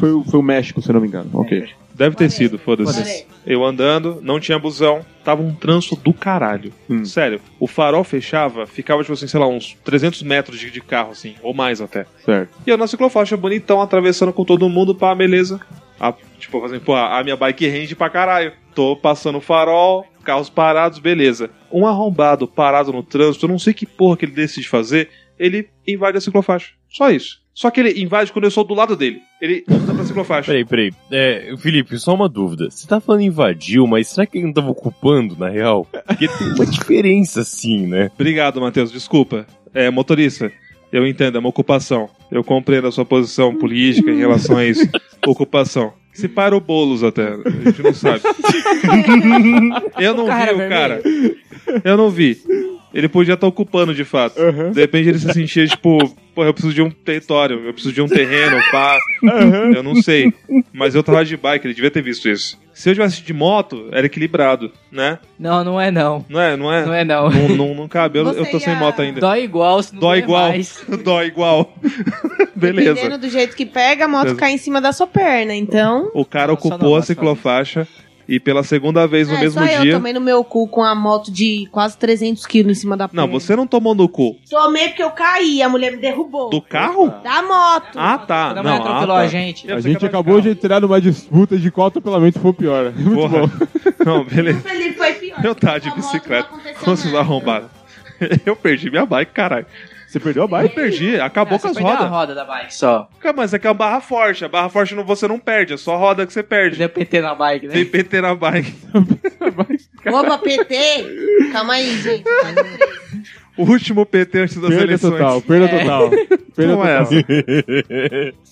Speaker 2: Foi, o- foi o México, se eu não me engano. Ok.
Speaker 4: Deve ter sido,
Speaker 7: Foda-se.
Speaker 4: foda-se. Eu andando, não tinha busão, tava um tranço do caralho.
Speaker 2: Hum.
Speaker 4: Sério, o farol fechava, ficava tipo assim, sei lá, uns 300 metros de, de carro, assim, ou mais até.
Speaker 2: Certo.
Speaker 4: E eu na ciclofaixa, bonitão, atravessando com todo mundo, pá, beleza. A- tipo, fazendo, pô, a minha bike rende pra caralho. Tô passando o farol, carros parados, beleza. Um arrombado parado no trânsito, eu não sei que porra que ele decide fazer, ele invade a ciclofaixa. Só isso. Só que ele invade quando eu sou do lado dele. Ele anda pra ciclofaixa.
Speaker 8: Peraí, peraí. É, Felipe, só uma dúvida. Você tá falando invadiu, mas será que ele não tava ocupando, na real? Porque tem uma diferença, sim, né?
Speaker 4: Obrigado, Matheus, desculpa. É, motorista. Eu entendo, é uma ocupação. Eu compreendo a sua posição política em relação a isso. Ocupação. Se para o Boulos até, a gente não sabe. Eu não vi
Speaker 7: Cara
Speaker 4: o cara. Eu não vi. Ele podia estar ocupando de fato.
Speaker 2: Aham.
Speaker 4: De repente ele se sentia tipo, pô, eu preciso de um território, eu preciso de um terreno, pá. Eu não sei. Mas eu tava de bike, ele devia ter visto isso. Se eu tivesse de moto, era equilibrado, né?
Speaker 7: Não, não é não.
Speaker 4: Não é? Não é?
Speaker 7: Não é não.
Speaker 4: Não, não, não cabe. Eu, eu
Speaker 6: Você
Speaker 4: tô sem
Speaker 6: ia- um
Speaker 4: moto ainda.
Speaker 7: Dói igual, se não
Speaker 4: Dói
Speaker 7: dói
Speaker 4: igual.
Speaker 7: mais.
Speaker 4: Dó igual. Beleza.
Speaker 6: Dependendo do jeito que pega, a moto
Speaker 4: Beleza.
Speaker 6: cai em cima da sua perna, então.
Speaker 4: O cara
Speaker 7: Nossa,
Speaker 4: ocupou
Speaker 7: não,
Speaker 4: a
Speaker 7: nossa,
Speaker 4: ciclofaixa e pela segunda vez no
Speaker 6: É,
Speaker 4: mesmo
Speaker 6: só eu
Speaker 4: dia.
Speaker 6: também no meu cu com a moto de quase 300 quilos em cima da perna.
Speaker 4: Não, você não tomou no cu.
Speaker 6: Tomei porque eu caí, a mulher me derrubou.
Speaker 4: Do carro?
Speaker 6: Da moto.
Speaker 4: Ah, tá.
Speaker 7: Quando
Speaker 4: Não,
Speaker 7: a mulher
Speaker 4: ah,
Speaker 7: atropelou
Speaker 4: tá.
Speaker 7: é a gente.
Speaker 4: Eu
Speaker 2: A
Speaker 4: sei que
Speaker 2: gente
Speaker 4: é mais
Speaker 2: acabou de
Speaker 4: caro.
Speaker 2: entrar numa disputa de qual atropelamento foi o pior. Muito
Speaker 4: Porra.
Speaker 2: bom.
Speaker 4: Não, beleza.
Speaker 6: Ele foi pior.
Speaker 4: Eu tava de
Speaker 6: Com a moto
Speaker 4: bicicleta.
Speaker 6: não aconteceu
Speaker 4: Quantos
Speaker 6: tá nada.
Speaker 4: arrombados? Eu perdi minha bike, caralho.
Speaker 2: Você perdeu a
Speaker 4: Eu
Speaker 2: bike?
Speaker 4: perdi, acabou
Speaker 7: Ah,
Speaker 4: com
Speaker 7: você
Speaker 4: as
Speaker 7: perdeu a
Speaker 4: rodas.
Speaker 7: roda da bike só.
Speaker 4: Cara, Mas é que é uma barra forte. A barra forte não, você não perde, é só a roda que você perde.
Speaker 7: Deu PT na bike, né?
Speaker 4: Tem PT na bike.
Speaker 6: Opa, PT. Calma aí, gente.
Speaker 4: O último PT antes das
Speaker 2: Perda
Speaker 4: eleições.
Speaker 2: total, perda total. Perda
Speaker 4: Não é
Speaker 2: total.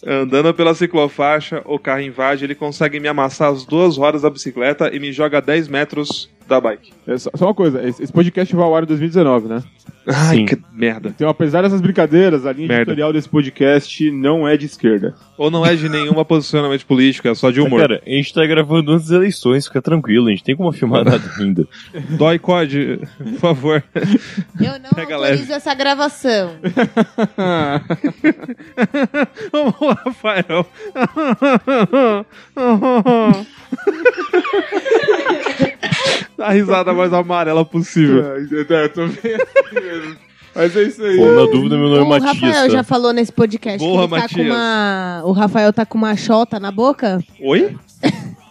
Speaker 4: Andando pela ciclofaixa, o carro invade, ele consegue me amassar as duas rodas da bicicleta e me joga a 10 metros da bike.
Speaker 2: É só, só uma coisa, esse esse podcast vai ao ar em 2019, né?
Speaker 4: Ai,
Speaker 8: Sim.
Speaker 4: que merda.
Speaker 2: Então, apesar dessas brincadeiras, a linha
Speaker 4: Merda.
Speaker 2: editorial desse podcast não é de esquerda.
Speaker 4: Ou não é de nenhuma posicionamento político, é só de humor.
Speaker 8: Cara, a gente tá gravando antes das eleições, fica tranquilo, a gente tem como afirmar nada ainda.
Speaker 4: Dói COD, por favor.
Speaker 9: Eu não
Speaker 4: Pega
Speaker 9: autorizo essa gravação.
Speaker 4: Vamos lá, Rafael. A risada mais amarela possível.
Speaker 2: eu tô vendo. Mas é isso aí.
Speaker 8: Ou na dúvida, meu
Speaker 6: O
Speaker 8: nome é
Speaker 6: Rafael
Speaker 8: Matias.
Speaker 6: já
Speaker 8: tá?
Speaker 6: falou nesse podcast
Speaker 4: Boa,
Speaker 6: que ele tá com
Speaker 4: Matias.
Speaker 6: uma... O Rafael tá com uma xota na boca?
Speaker 4: Oi?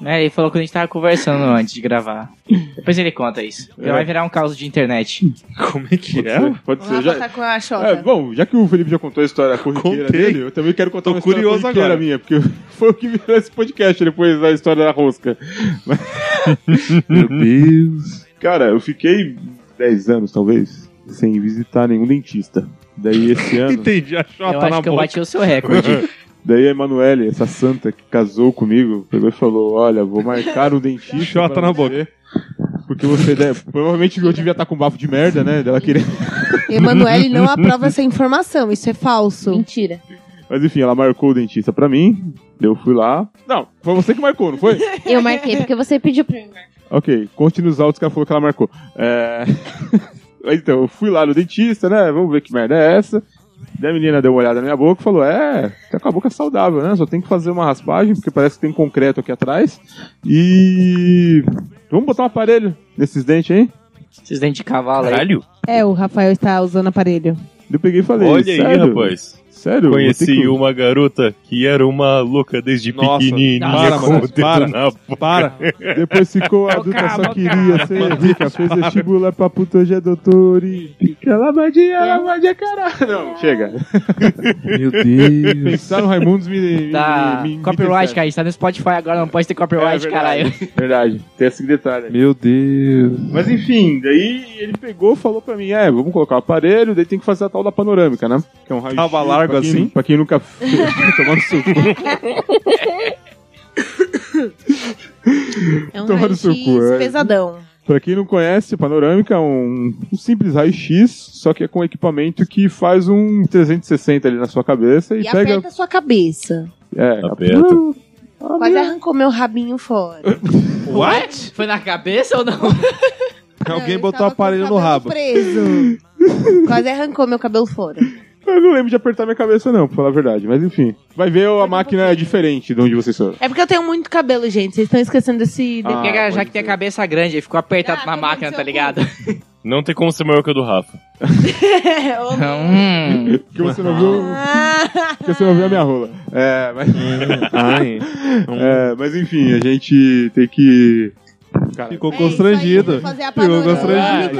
Speaker 7: É, ele falou quando a gente tava conversando antes de gravar. Depois ele conta isso.
Speaker 4: É.
Speaker 7: Já Vai virar um caos de internet.
Speaker 4: Como é que é?
Speaker 2: Pode
Speaker 6: O
Speaker 2: ser.
Speaker 6: Rafa
Speaker 2: Já,
Speaker 6: tá com a xota.
Speaker 2: é, bom, já que o Felipe já contou a história corriqueira
Speaker 4: Contei.
Speaker 2: dele, eu também quero contar
Speaker 4: Tô
Speaker 2: uma história
Speaker 4: curioso
Speaker 2: corriqueira
Speaker 4: agora.
Speaker 2: minha, porque foi o que virou esse podcast depois da história da rosca.
Speaker 4: Meu Deus.
Speaker 2: Cara, eu fiquei 10 anos, talvez, sem visitar nenhum dentista. Daí esse ano...
Speaker 4: Entendi a
Speaker 7: eu
Speaker 4: chota
Speaker 7: acho
Speaker 4: Ah, tá na
Speaker 7: que eu
Speaker 4: boca.
Speaker 7: bati o seu recorde.
Speaker 2: Daí a Emanuele, essa santa que casou comigo, pegou e falou: Olha, vou marcar um dentista.
Speaker 4: Chota
Speaker 2: pra
Speaker 4: na
Speaker 2: você,
Speaker 4: boca.
Speaker 2: Porque você deve. Provavelmente eu devia estar com bafo de merda, né? Dela querer.
Speaker 6: Emanuele não aprova essa informação, isso é falso.
Speaker 3: Mentira.
Speaker 2: Mas enfim, ela marcou o dentista pra mim. daí Eu fui lá. Não, foi você que marcou, não foi?
Speaker 3: Eu marquei porque você pediu pra mim. marcar.
Speaker 2: ok, conte nos autos que ela falou que ela marcou. É. então, eu fui lá no dentista, né? Vamos ver que merda é essa. Daí a menina deu uma olhada na minha boca e falou: É, tá com a boca saudável, né? Só tem que fazer uma raspagem, porque parece que tem concreto aqui atrás. E. Vamos botar um aparelho nesses dentes aí?
Speaker 7: Esses dentes de cavalo aí.
Speaker 8: Caralho,
Speaker 6: É, o Rafael está usando aparelho.
Speaker 2: Daí Eu peguei e falei:
Speaker 8: olha
Speaker 2: sério?
Speaker 8: aí, rapaz.
Speaker 2: Sério?
Speaker 8: Conheci
Speaker 2: o.
Speaker 8: uma garota que era uma louca desde
Speaker 4: Nossa,
Speaker 8: pequenininha
Speaker 4: para,
Speaker 8: com o
Speaker 4: Matheus,
Speaker 8: dedo
Speaker 4: para.
Speaker 8: na boca.
Speaker 4: Para.
Speaker 2: Depois ficou adulta, só queria ser rica. Fez vestibular pra puta, hoje é doutor e. Fica lavadinha, lavadinha, caralho. Não, chega.
Speaker 4: Meu Deus.
Speaker 2: Pensar no Raimundos me. me-
Speaker 7: Tá,
Speaker 2: me- me
Speaker 7: copyright,
Speaker 2: interessa.
Speaker 7: cara. A gente tá no Spotify agora, não pode ter copyright,
Speaker 2: É verdade.
Speaker 7: caralho.
Speaker 2: Verdade, tem esse detalhe.
Speaker 4: Meu Deus.
Speaker 2: Mas enfim, daí ele pegou e falou pra mim: é, vamos colocar o aparelho, daí tem que fazer a tal da panorâmica, né? Que é um raio
Speaker 4: Tava largo
Speaker 2: pra quem-
Speaker 4: assim?
Speaker 2: Pra quem nunca. Tomando seu cu.
Speaker 6: É um
Speaker 2: Tomara no seu
Speaker 6: raio-x
Speaker 2: cu, é.
Speaker 6: pesadão.
Speaker 2: Pra quem não conhece, panorâmica é um, um simples raio-x, só que é com equipamento que faz um 360 ali na sua cabeça e,
Speaker 9: E
Speaker 2: pega.
Speaker 9: aperta sua cabeça.
Speaker 2: É,
Speaker 8: Aperta.
Speaker 6: Quase arrancou meu rabinho fora.
Speaker 7: What? Foi na cabeça ou não?
Speaker 4: Alguém
Speaker 9: Não, eu
Speaker 4: botou o
Speaker 9: tava com
Speaker 4: aparelho no
Speaker 9: cabelo
Speaker 4: rabo.
Speaker 9: Preso.
Speaker 6: Quase arrancou meu cabelo fora.
Speaker 2: eu não lembro de apertar minha cabeça, não, pra falar a verdade, mas enfim. Vai ver a máquina é diferente de onde vocês são.
Speaker 6: É porque eu tenho muito cabelo, gente. Vocês estão esquecendo desse.
Speaker 2: Ah,
Speaker 7: Porque já
Speaker 2: pode
Speaker 7: que tem a
Speaker 2: ser.
Speaker 7: cabeça grande, ele ficou apertado
Speaker 9: Ah,
Speaker 7: na
Speaker 9: pega
Speaker 7: máquina,
Speaker 9: no seu
Speaker 7: tá ligado?
Speaker 8: Não tem como ser maior que a do Rafa.
Speaker 4: Ah.
Speaker 6: É,
Speaker 7: Hum.
Speaker 2: Porque você não viu.
Speaker 6: Ah.
Speaker 2: Porque você não viu a minha rola. É, mas.
Speaker 4: Ai.
Speaker 2: É, mas enfim, a gente tem que. Cara,
Speaker 4: Ficou
Speaker 9: É isso aí,
Speaker 4: constrangido.
Speaker 9: vou fazer a
Speaker 4: Ficou
Speaker 9: panorâmica.
Speaker 4: constrangido.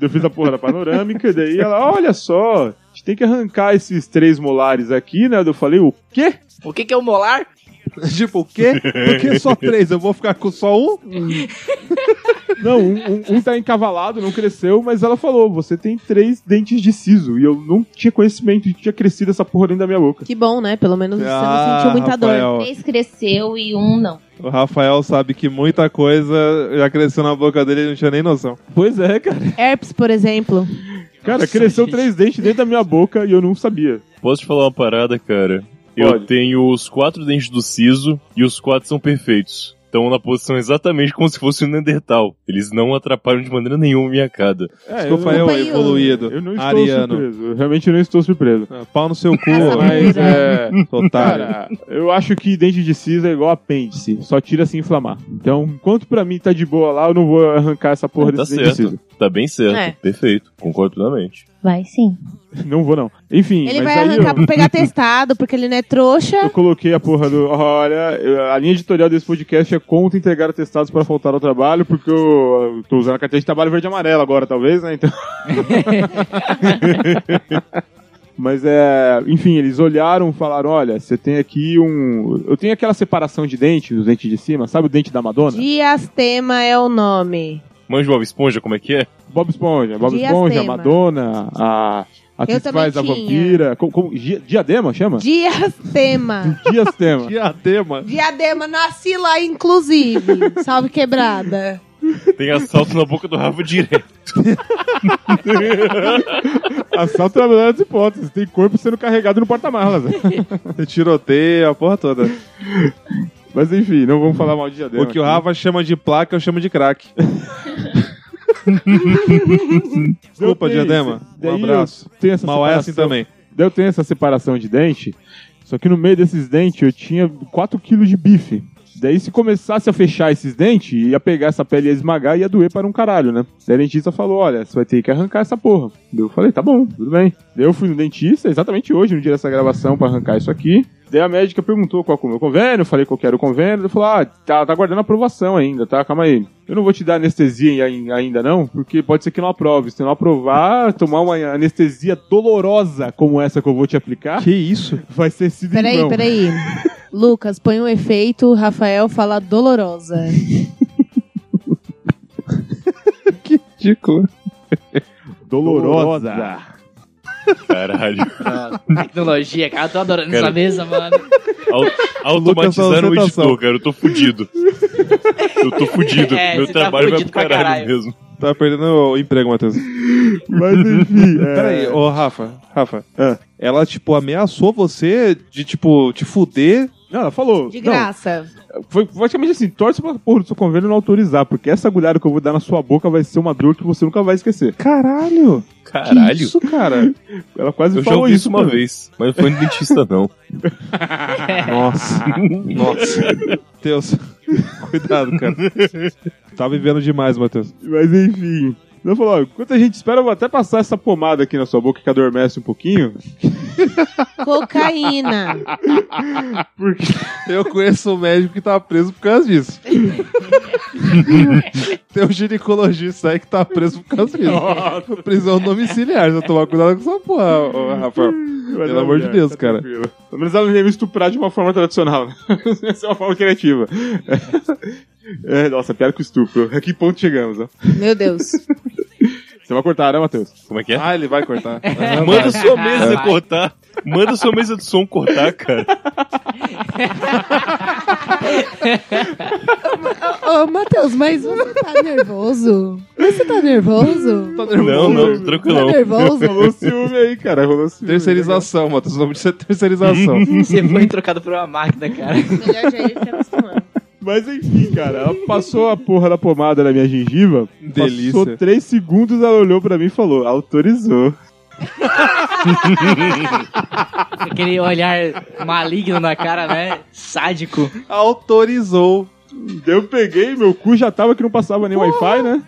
Speaker 2: eu fiz a porra da panorâmica, e daí ela, olha só, a gente tem que arrancar esses três molares aqui, né? Daí Eu falei, o quê?
Speaker 7: O que que é o molar?
Speaker 4: tipo, o quê? Por que só três? Eu vou ficar com só um?
Speaker 2: Não, um, um, um tá encavalado, não cresceu, mas ela falou: você tem três dentes de siso. E eu não tinha conhecimento de que tinha crescido essa porra dentro da minha boca.
Speaker 6: Que bom, né? Pelo menos você não
Speaker 4: Ah,
Speaker 6: sentiu muita dor.
Speaker 4: Rafael,
Speaker 3: Três cresceu e um não.
Speaker 4: O Rafael sabe que muita coisa já cresceu na boca dele e não tinha nem noção.
Speaker 2: Pois é, cara.
Speaker 6: Herpes, por exemplo.
Speaker 2: Cara,
Speaker 7: Nossa,
Speaker 2: cresceu
Speaker 7: gente.
Speaker 2: três dentes dentro da minha boca e eu não sabia.
Speaker 8: Posso te falar uma parada, cara?
Speaker 2: Pode.
Speaker 8: Eu tenho os quatro dentes do siso e os quatro são perfeitos. Estão na posição exatamente como se fosse um Neandertal. Eles não atrapalham de maneira nenhuma minha cada.
Speaker 2: É, eu,
Speaker 4: Rafael
Speaker 9: Desculpa aí,
Speaker 4: evoluído,
Speaker 2: eu não estou
Speaker 4: ariano.
Speaker 2: surpreso. Eu realmente não estou surpreso.
Speaker 4: Ah, Pau no seu cu,
Speaker 9: Essa
Speaker 2: Mas
Speaker 9: maneira.
Speaker 2: é.
Speaker 4: né? otário.
Speaker 2: Cara, eu acho que dente de siso é igual apêndice, só tira se inflamar. Então, enquanto pra mim tá de boa lá, eu não vou arrancar essa porra
Speaker 8: tá
Speaker 2: desse dente de
Speaker 8: certo.
Speaker 2: siso.
Speaker 8: Tá bem certo.
Speaker 6: É.
Speaker 8: Perfeito. Concordo plenamente.
Speaker 3: Vai sim.
Speaker 2: Não vou, não. Enfim,
Speaker 6: Ele
Speaker 2: mas
Speaker 6: vai
Speaker 2: aí
Speaker 6: arrancar
Speaker 2: eu,
Speaker 6: pra pegar testado, porque ele não é trouxa.
Speaker 2: eu coloquei a porra do. Olha, eu- a linha editorial desse podcast é contra entregar atestados para faltar ao trabalho, porque eu, eu tô usando a carteira de trabalho verde e amarela agora, talvez, né? Então. Mas é. Enfim, eles olharam falaram: olha, você tem aqui um. Eu tenho aquela separação de dente, dos dentes de cima, sabe o dente da Madonna?
Speaker 6: Diastema é o nome.
Speaker 8: Manja o Bob Esponja, como é que é?
Speaker 2: Bob Esponja, Bob
Speaker 6: Diastema.
Speaker 2: Esponja, Madonna, a, a que
Speaker 6: Eu também
Speaker 2: faz a
Speaker 6: tinha.
Speaker 2: vampira. Como, como- Gia- diadema chama?
Speaker 6: Diastema.
Speaker 2: Diastema.
Speaker 4: Diadema.
Speaker 6: Diadema nasci lá, inclusive. Salve quebrada.
Speaker 8: Tem assalto na boca do Rafa direto.
Speaker 2: Assalto é a melhor das hipóteses. Tem corpo sendo carregado no porta-malas.
Speaker 4: Tiroteio, a porra toda.
Speaker 2: Mas enfim, não vamos falar mal de diadema.
Speaker 4: O que o Rafa chama de placa, eu chamo de crack. Desculpa,
Speaker 2: Eu tenho
Speaker 4: Diadema.
Speaker 2: isso. Daí
Speaker 4: Um abraço.
Speaker 2: eu tenho essa
Speaker 4: Mal é assim
Speaker 2: separação-
Speaker 4: também.
Speaker 2: Daí eu tenho essa separação de dente, só que no meio desses dentes eu tinha 4 quilos de bife. Daí se começasse a fechar esses dentes, ia pegar essa pele e ia esmagar e ia doer para um caralho, né? Daí a dentista falou, olha, você vai ter que arrancar essa porra. Daí eu falei, tá bom, tudo bem. Daí eu fui no dentista, exatamente hoje, no dia dessa gravação, para arrancar isso aqui. Daí a médica perguntou qual que é o meu convênio, eu falei qual que era o convênio, ela falou, ah, tá, tá aguardando a aprovação ainda, tá? Calma aí. Eu não vou te dar anestesia ai- ainda não, porque pode ser que não aprove. Se não aprovar, tomar uma anestesia dolorosa como essa que eu vou te aplicar,
Speaker 4: Que isso?
Speaker 2: vai ser sido em
Speaker 6: Peraí,
Speaker 2: vão.
Speaker 6: peraí. Lucas, põe um efeito, Rafael fala dolorosa.
Speaker 4: Ridículo.
Speaker 2: Dolorosa.
Speaker 8: Caralho.
Speaker 7: Tecnologia, cara, eu tô adorando
Speaker 8: Cara.
Speaker 7: essa mesa, mano.
Speaker 8: Au-
Speaker 4: Lucas,
Speaker 8: Automatizaram o
Speaker 4: ostentação.
Speaker 8: editor, cara. Eu tô fudido. Eu tô fudido.
Speaker 7: É,
Speaker 8: Meu
Speaker 7: você tá
Speaker 8: trabalho vai
Speaker 7: fudido
Speaker 8: pro
Speaker 7: pra
Speaker 8: caralho,
Speaker 7: caralho.
Speaker 8: mesmo.
Speaker 4: Tá perdendo o emprego, Matheus.
Speaker 2: É. Mas enfim, é,
Speaker 4: Peraí, ô Rafa, Rafa.
Speaker 2: Ah.
Speaker 4: Ela, tipo, ameaçou você de, tipo, te fuder.
Speaker 2: Não, ela falou.
Speaker 6: De
Speaker 2: não,
Speaker 6: graça.
Speaker 2: foi praticamente assim: torce pra porra do seu convênio não autorizar, porque essa agulhada que eu vou dar na sua boca vai ser uma dor que você nunca vai esquecer.
Speaker 4: Caralho!
Speaker 8: Caralho.
Speaker 4: Que isso, cara?
Speaker 2: Ela quase
Speaker 8: Eu já
Speaker 2: falou
Speaker 8: ouvi isso
Speaker 2: isso
Speaker 8: uma
Speaker 2: pra mim.
Speaker 8: vez, mas não foi no dentista, não.
Speaker 4: Nossa. Nossa. Deus. Cuidado, cara. Tá vivendo demais, Matheus.
Speaker 2: Mas enfim. Ela falou: ó, enquanto a gente espera, eu vou até passar essa pomada aqui na sua boca que adormece um pouquinho.
Speaker 6: Cocaína.
Speaker 4: Eu conheço um médico que tá preso por causa disso. Tem um ginecologista aí que tá preso por causa disso. Prisão domiciliar. Já tomar cuidado com essa porra, ô, Rafael.
Speaker 2: Mas
Speaker 4: Pelo
Speaker 2: não,
Speaker 4: amor de
Speaker 2: cara,
Speaker 4: Deus,
Speaker 2: tá
Speaker 4: cara.
Speaker 2: tranquilo. Pelo menos ela não ia me estuprar de uma forma tradicional, né? Essa é uma forma criativa. É, nossa, piada com estupro. A que ponto chegamos, ó?
Speaker 6: Meu Deus.
Speaker 2: Você vai cortar, né, Matheus?
Speaker 8: Como é que é?
Speaker 4: Ah, ele vai cortar.
Speaker 8: Manda sua mesa
Speaker 7: Vai.
Speaker 8: cortar. Manda sua mesa de som cortar, cara.
Speaker 9: Ô, Matheus, mas você tá nervoso? Você tá nervoso?
Speaker 4: Tá
Speaker 8: Não,
Speaker 4: nervoso.
Speaker 8: não,
Speaker 9: Tá
Speaker 8: tranquilão.
Speaker 9: nervoso?
Speaker 2: Rolou ciúme aí, cara. Rolou ciúme.
Speaker 4: Terceirização, Matheus. O nome disso é terceirização.
Speaker 7: Você foi trocado por uma máquina, cara.
Speaker 6: Melhor já ir se acostumando.
Speaker 2: Mas enfim, cara, ela passou a porra da pomada na minha gengiva.
Speaker 4: Delícia.
Speaker 2: Passou três segundos, ela olhou pra mim e falou: autorizou.
Speaker 7: Aquele olhar maligno na cara, né? Sádico.
Speaker 4: Autorizou.
Speaker 2: Daí eu peguei, meu cu já tava que não passava nem Wi-Fi, né?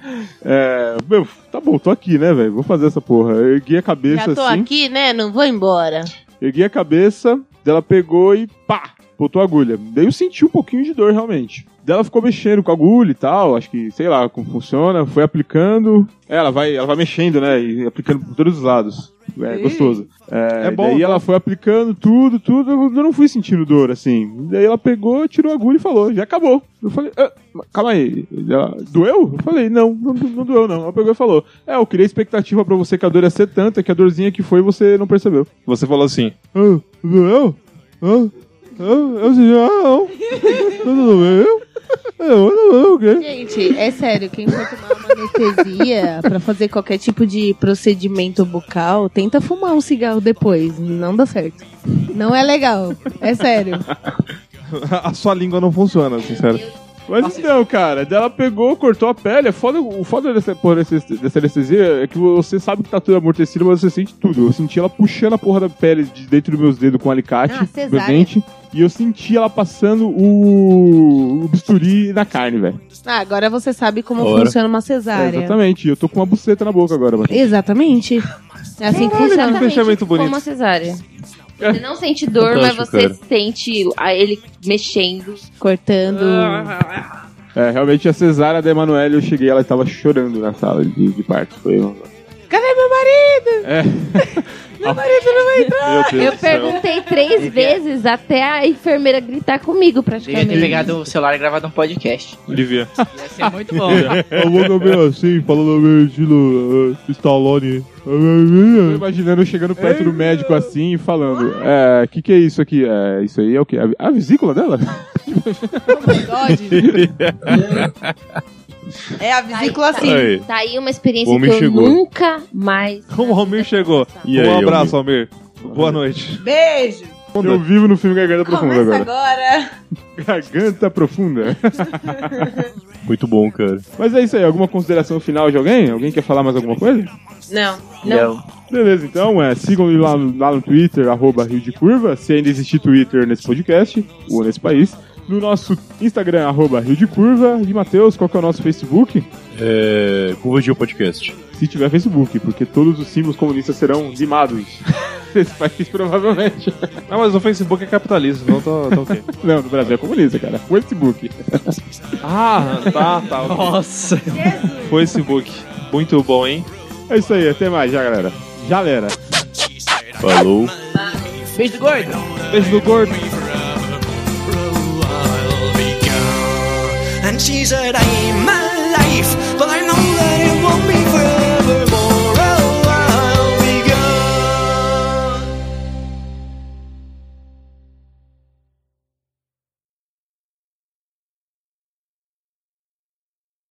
Speaker 2: É, meu, tá bom, tô aqui, né, velho? Vou fazer essa porra. Eu erguei a cabeça
Speaker 9: Já tô
Speaker 2: assim.
Speaker 9: aqui, né? Não vou embora.
Speaker 2: Erguei a cabeça, dela pegou e pá, botou a agulha. Daí eu senti um pouquinho de dor, realmente. Daí ela ficou mexendo com a agulha e tal, acho que, sei lá como funciona, foi aplicando. É, Ela vai, ela vai mexendo, né, e aplicando por todos os lados. é gostoso. É,
Speaker 4: É bom,
Speaker 2: Daí
Speaker 4: tá?
Speaker 2: ela foi aplicando tudo, tudo. Eu não fui sentindo dor, assim. Daí ela pegou, tirou a agulha e falou, já acabou. Eu falei, "Ah, mas calma aí, ela, doeu? Eu falei, não, não, não doeu não. Ela pegou e falou, é, eu criei expectativa pra você que a dor ia ser tanta, que a dorzinha que foi você não percebeu.
Speaker 4: Você falou assim,
Speaker 2: Ah, doeu? Ah, ah, eu sei, ah, não. Tudo bem? Ah, não, não, ok.
Speaker 9: Gente, é sério, quem for tomar uma anestesia pra fazer qualquer tipo de procedimento bucal, tenta fumar um cigarro depois. Não dá certo. Não é legal. É sério.
Speaker 4: a sua língua não funciona, assim, sincero.
Speaker 2: Mas
Speaker 7: Nossa,
Speaker 2: então, cara, daí ela pegou, cortou a pele. É foda, o foda dessa, porra, dessa dessa anestesia é que você sabe que tá tudo amortecido, mas você sente tudo. Eu senti ela puxando a porra da pele de dentro dos meus dedos com um alicate,
Speaker 9: Ah, cesárea.
Speaker 2: meu dente, e eu senti ela passando o, o bisturi na carne, velho.
Speaker 9: Ah, agora você sabe como
Speaker 8: Ora.
Speaker 9: funciona uma
Speaker 2: É,
Speaker 9: cesárea.
Speaker 2: exatamente. Eu tô com uma buceta na boca agora, mano.
Speaker 9: Exatamente. É assim que funciona.
Speaker 3: Exatamente,
Speaker 4: um fechamento
Speaker 3: tipo
Speaker 4: bonito. É.
Speaker 3: Como a cesárea. Você não sente dor, mas
Speaker 8: Fantástico,
Speaker 3: você
Speaker 8: cara.
Speaker 3: sente a- ele mexendo.
Speaker 9: Cortando.
Speaker 2: É, realmente a cesárea da Emanuele, eu cheguei, ela tava chorando na sala de, de parto. Foi um uma...
Speaker 9: Cadê meu marido?
Speaker 2: É.
Speaker 9: Meu marido não vai entrar.
Speaker 4: Meu Deus
Speaker 3: Eu
Speaker 4: do céu.
Speaker 3: perguntei três vezes até a enfermeira gritar comigo,
Speaker 7: Devia ter
Speaker 3: praticamente.
Speaker 7: pegado o celular e gravado um podcast.
Speaker 4: Devia.
Speaker 7: Ia ser muito bom.
Speaker 2: Eu vou comer assim, falando meu estilo Stallone.
Speaker 6: Hum.
Speaker 2: Tô imaginando eu chegando perto do médico assim e falando: É, o que, que é isso aqui? É, isso aí é o quê? A, a vesícula dela?
Speaker 6: É a vesícula assim.
Speaker 8: Aí.
Speaker 3: Tá aí uma experiência
Speaker 8: O
Speaker 3: que
Speaker 8: homem
Speaker 3: eu
Speaker 8: chegou.
Speaker 3: nunca mais.
Speaker 4: O Almir chegou.
Speaker 8: E aí,
Speaker 4: um abraço, Almir. Boa noite.
Speaker 6: Beijo.
Speaker 2: Eu vivo no filme Garganta Profunda
Speaker 6: Começa
Speaker 2: agora.
Speaker 6: agora.
Speaker 2: Garganta Profunda.
Speaker 8: Muito bom, cara.
Speaker 2: Mas é isso aí, alguma consideração final de alguém? Alguém quer falar mais alguma coisa?
Speaker 6: Não.
Speaker 7: Não.
Speaker 2: Beleza, então é, sigam lá, lá no Twitter, arroba Rio de Curva, se ainda existe Twitter nesse podcast, ou nesse país. No nosso Instagram, arroba Rio de Curva. E Matheus, qual que é o nosso Facebook?
Speaker 8: É... Convergiu o podcast.
Speaker 2: Se tiver Facebook, porque todos os símbolos comunistas serão limados. Esse país provavelmente.
Speaker 4: Ah, mas o Facebook é capitalista, então tá, tá ok.
Speaker 2: Não, no Brasil é comunista, cara. Facebook.
Speaker 4: Ah, tá, tá. ok.
Speaker 7: Nossa.
Speaker 4: Facebook. Muito bom, hein?
Speaker 2: É isso aí, até mais, já, galera. Já, galera.
Speaker 8: Falou.
Speaker 7: Beijo do gordo.
Speaker 2: Beijo do gordo.
Speaker 10: I'll be gone. And she said, Amen.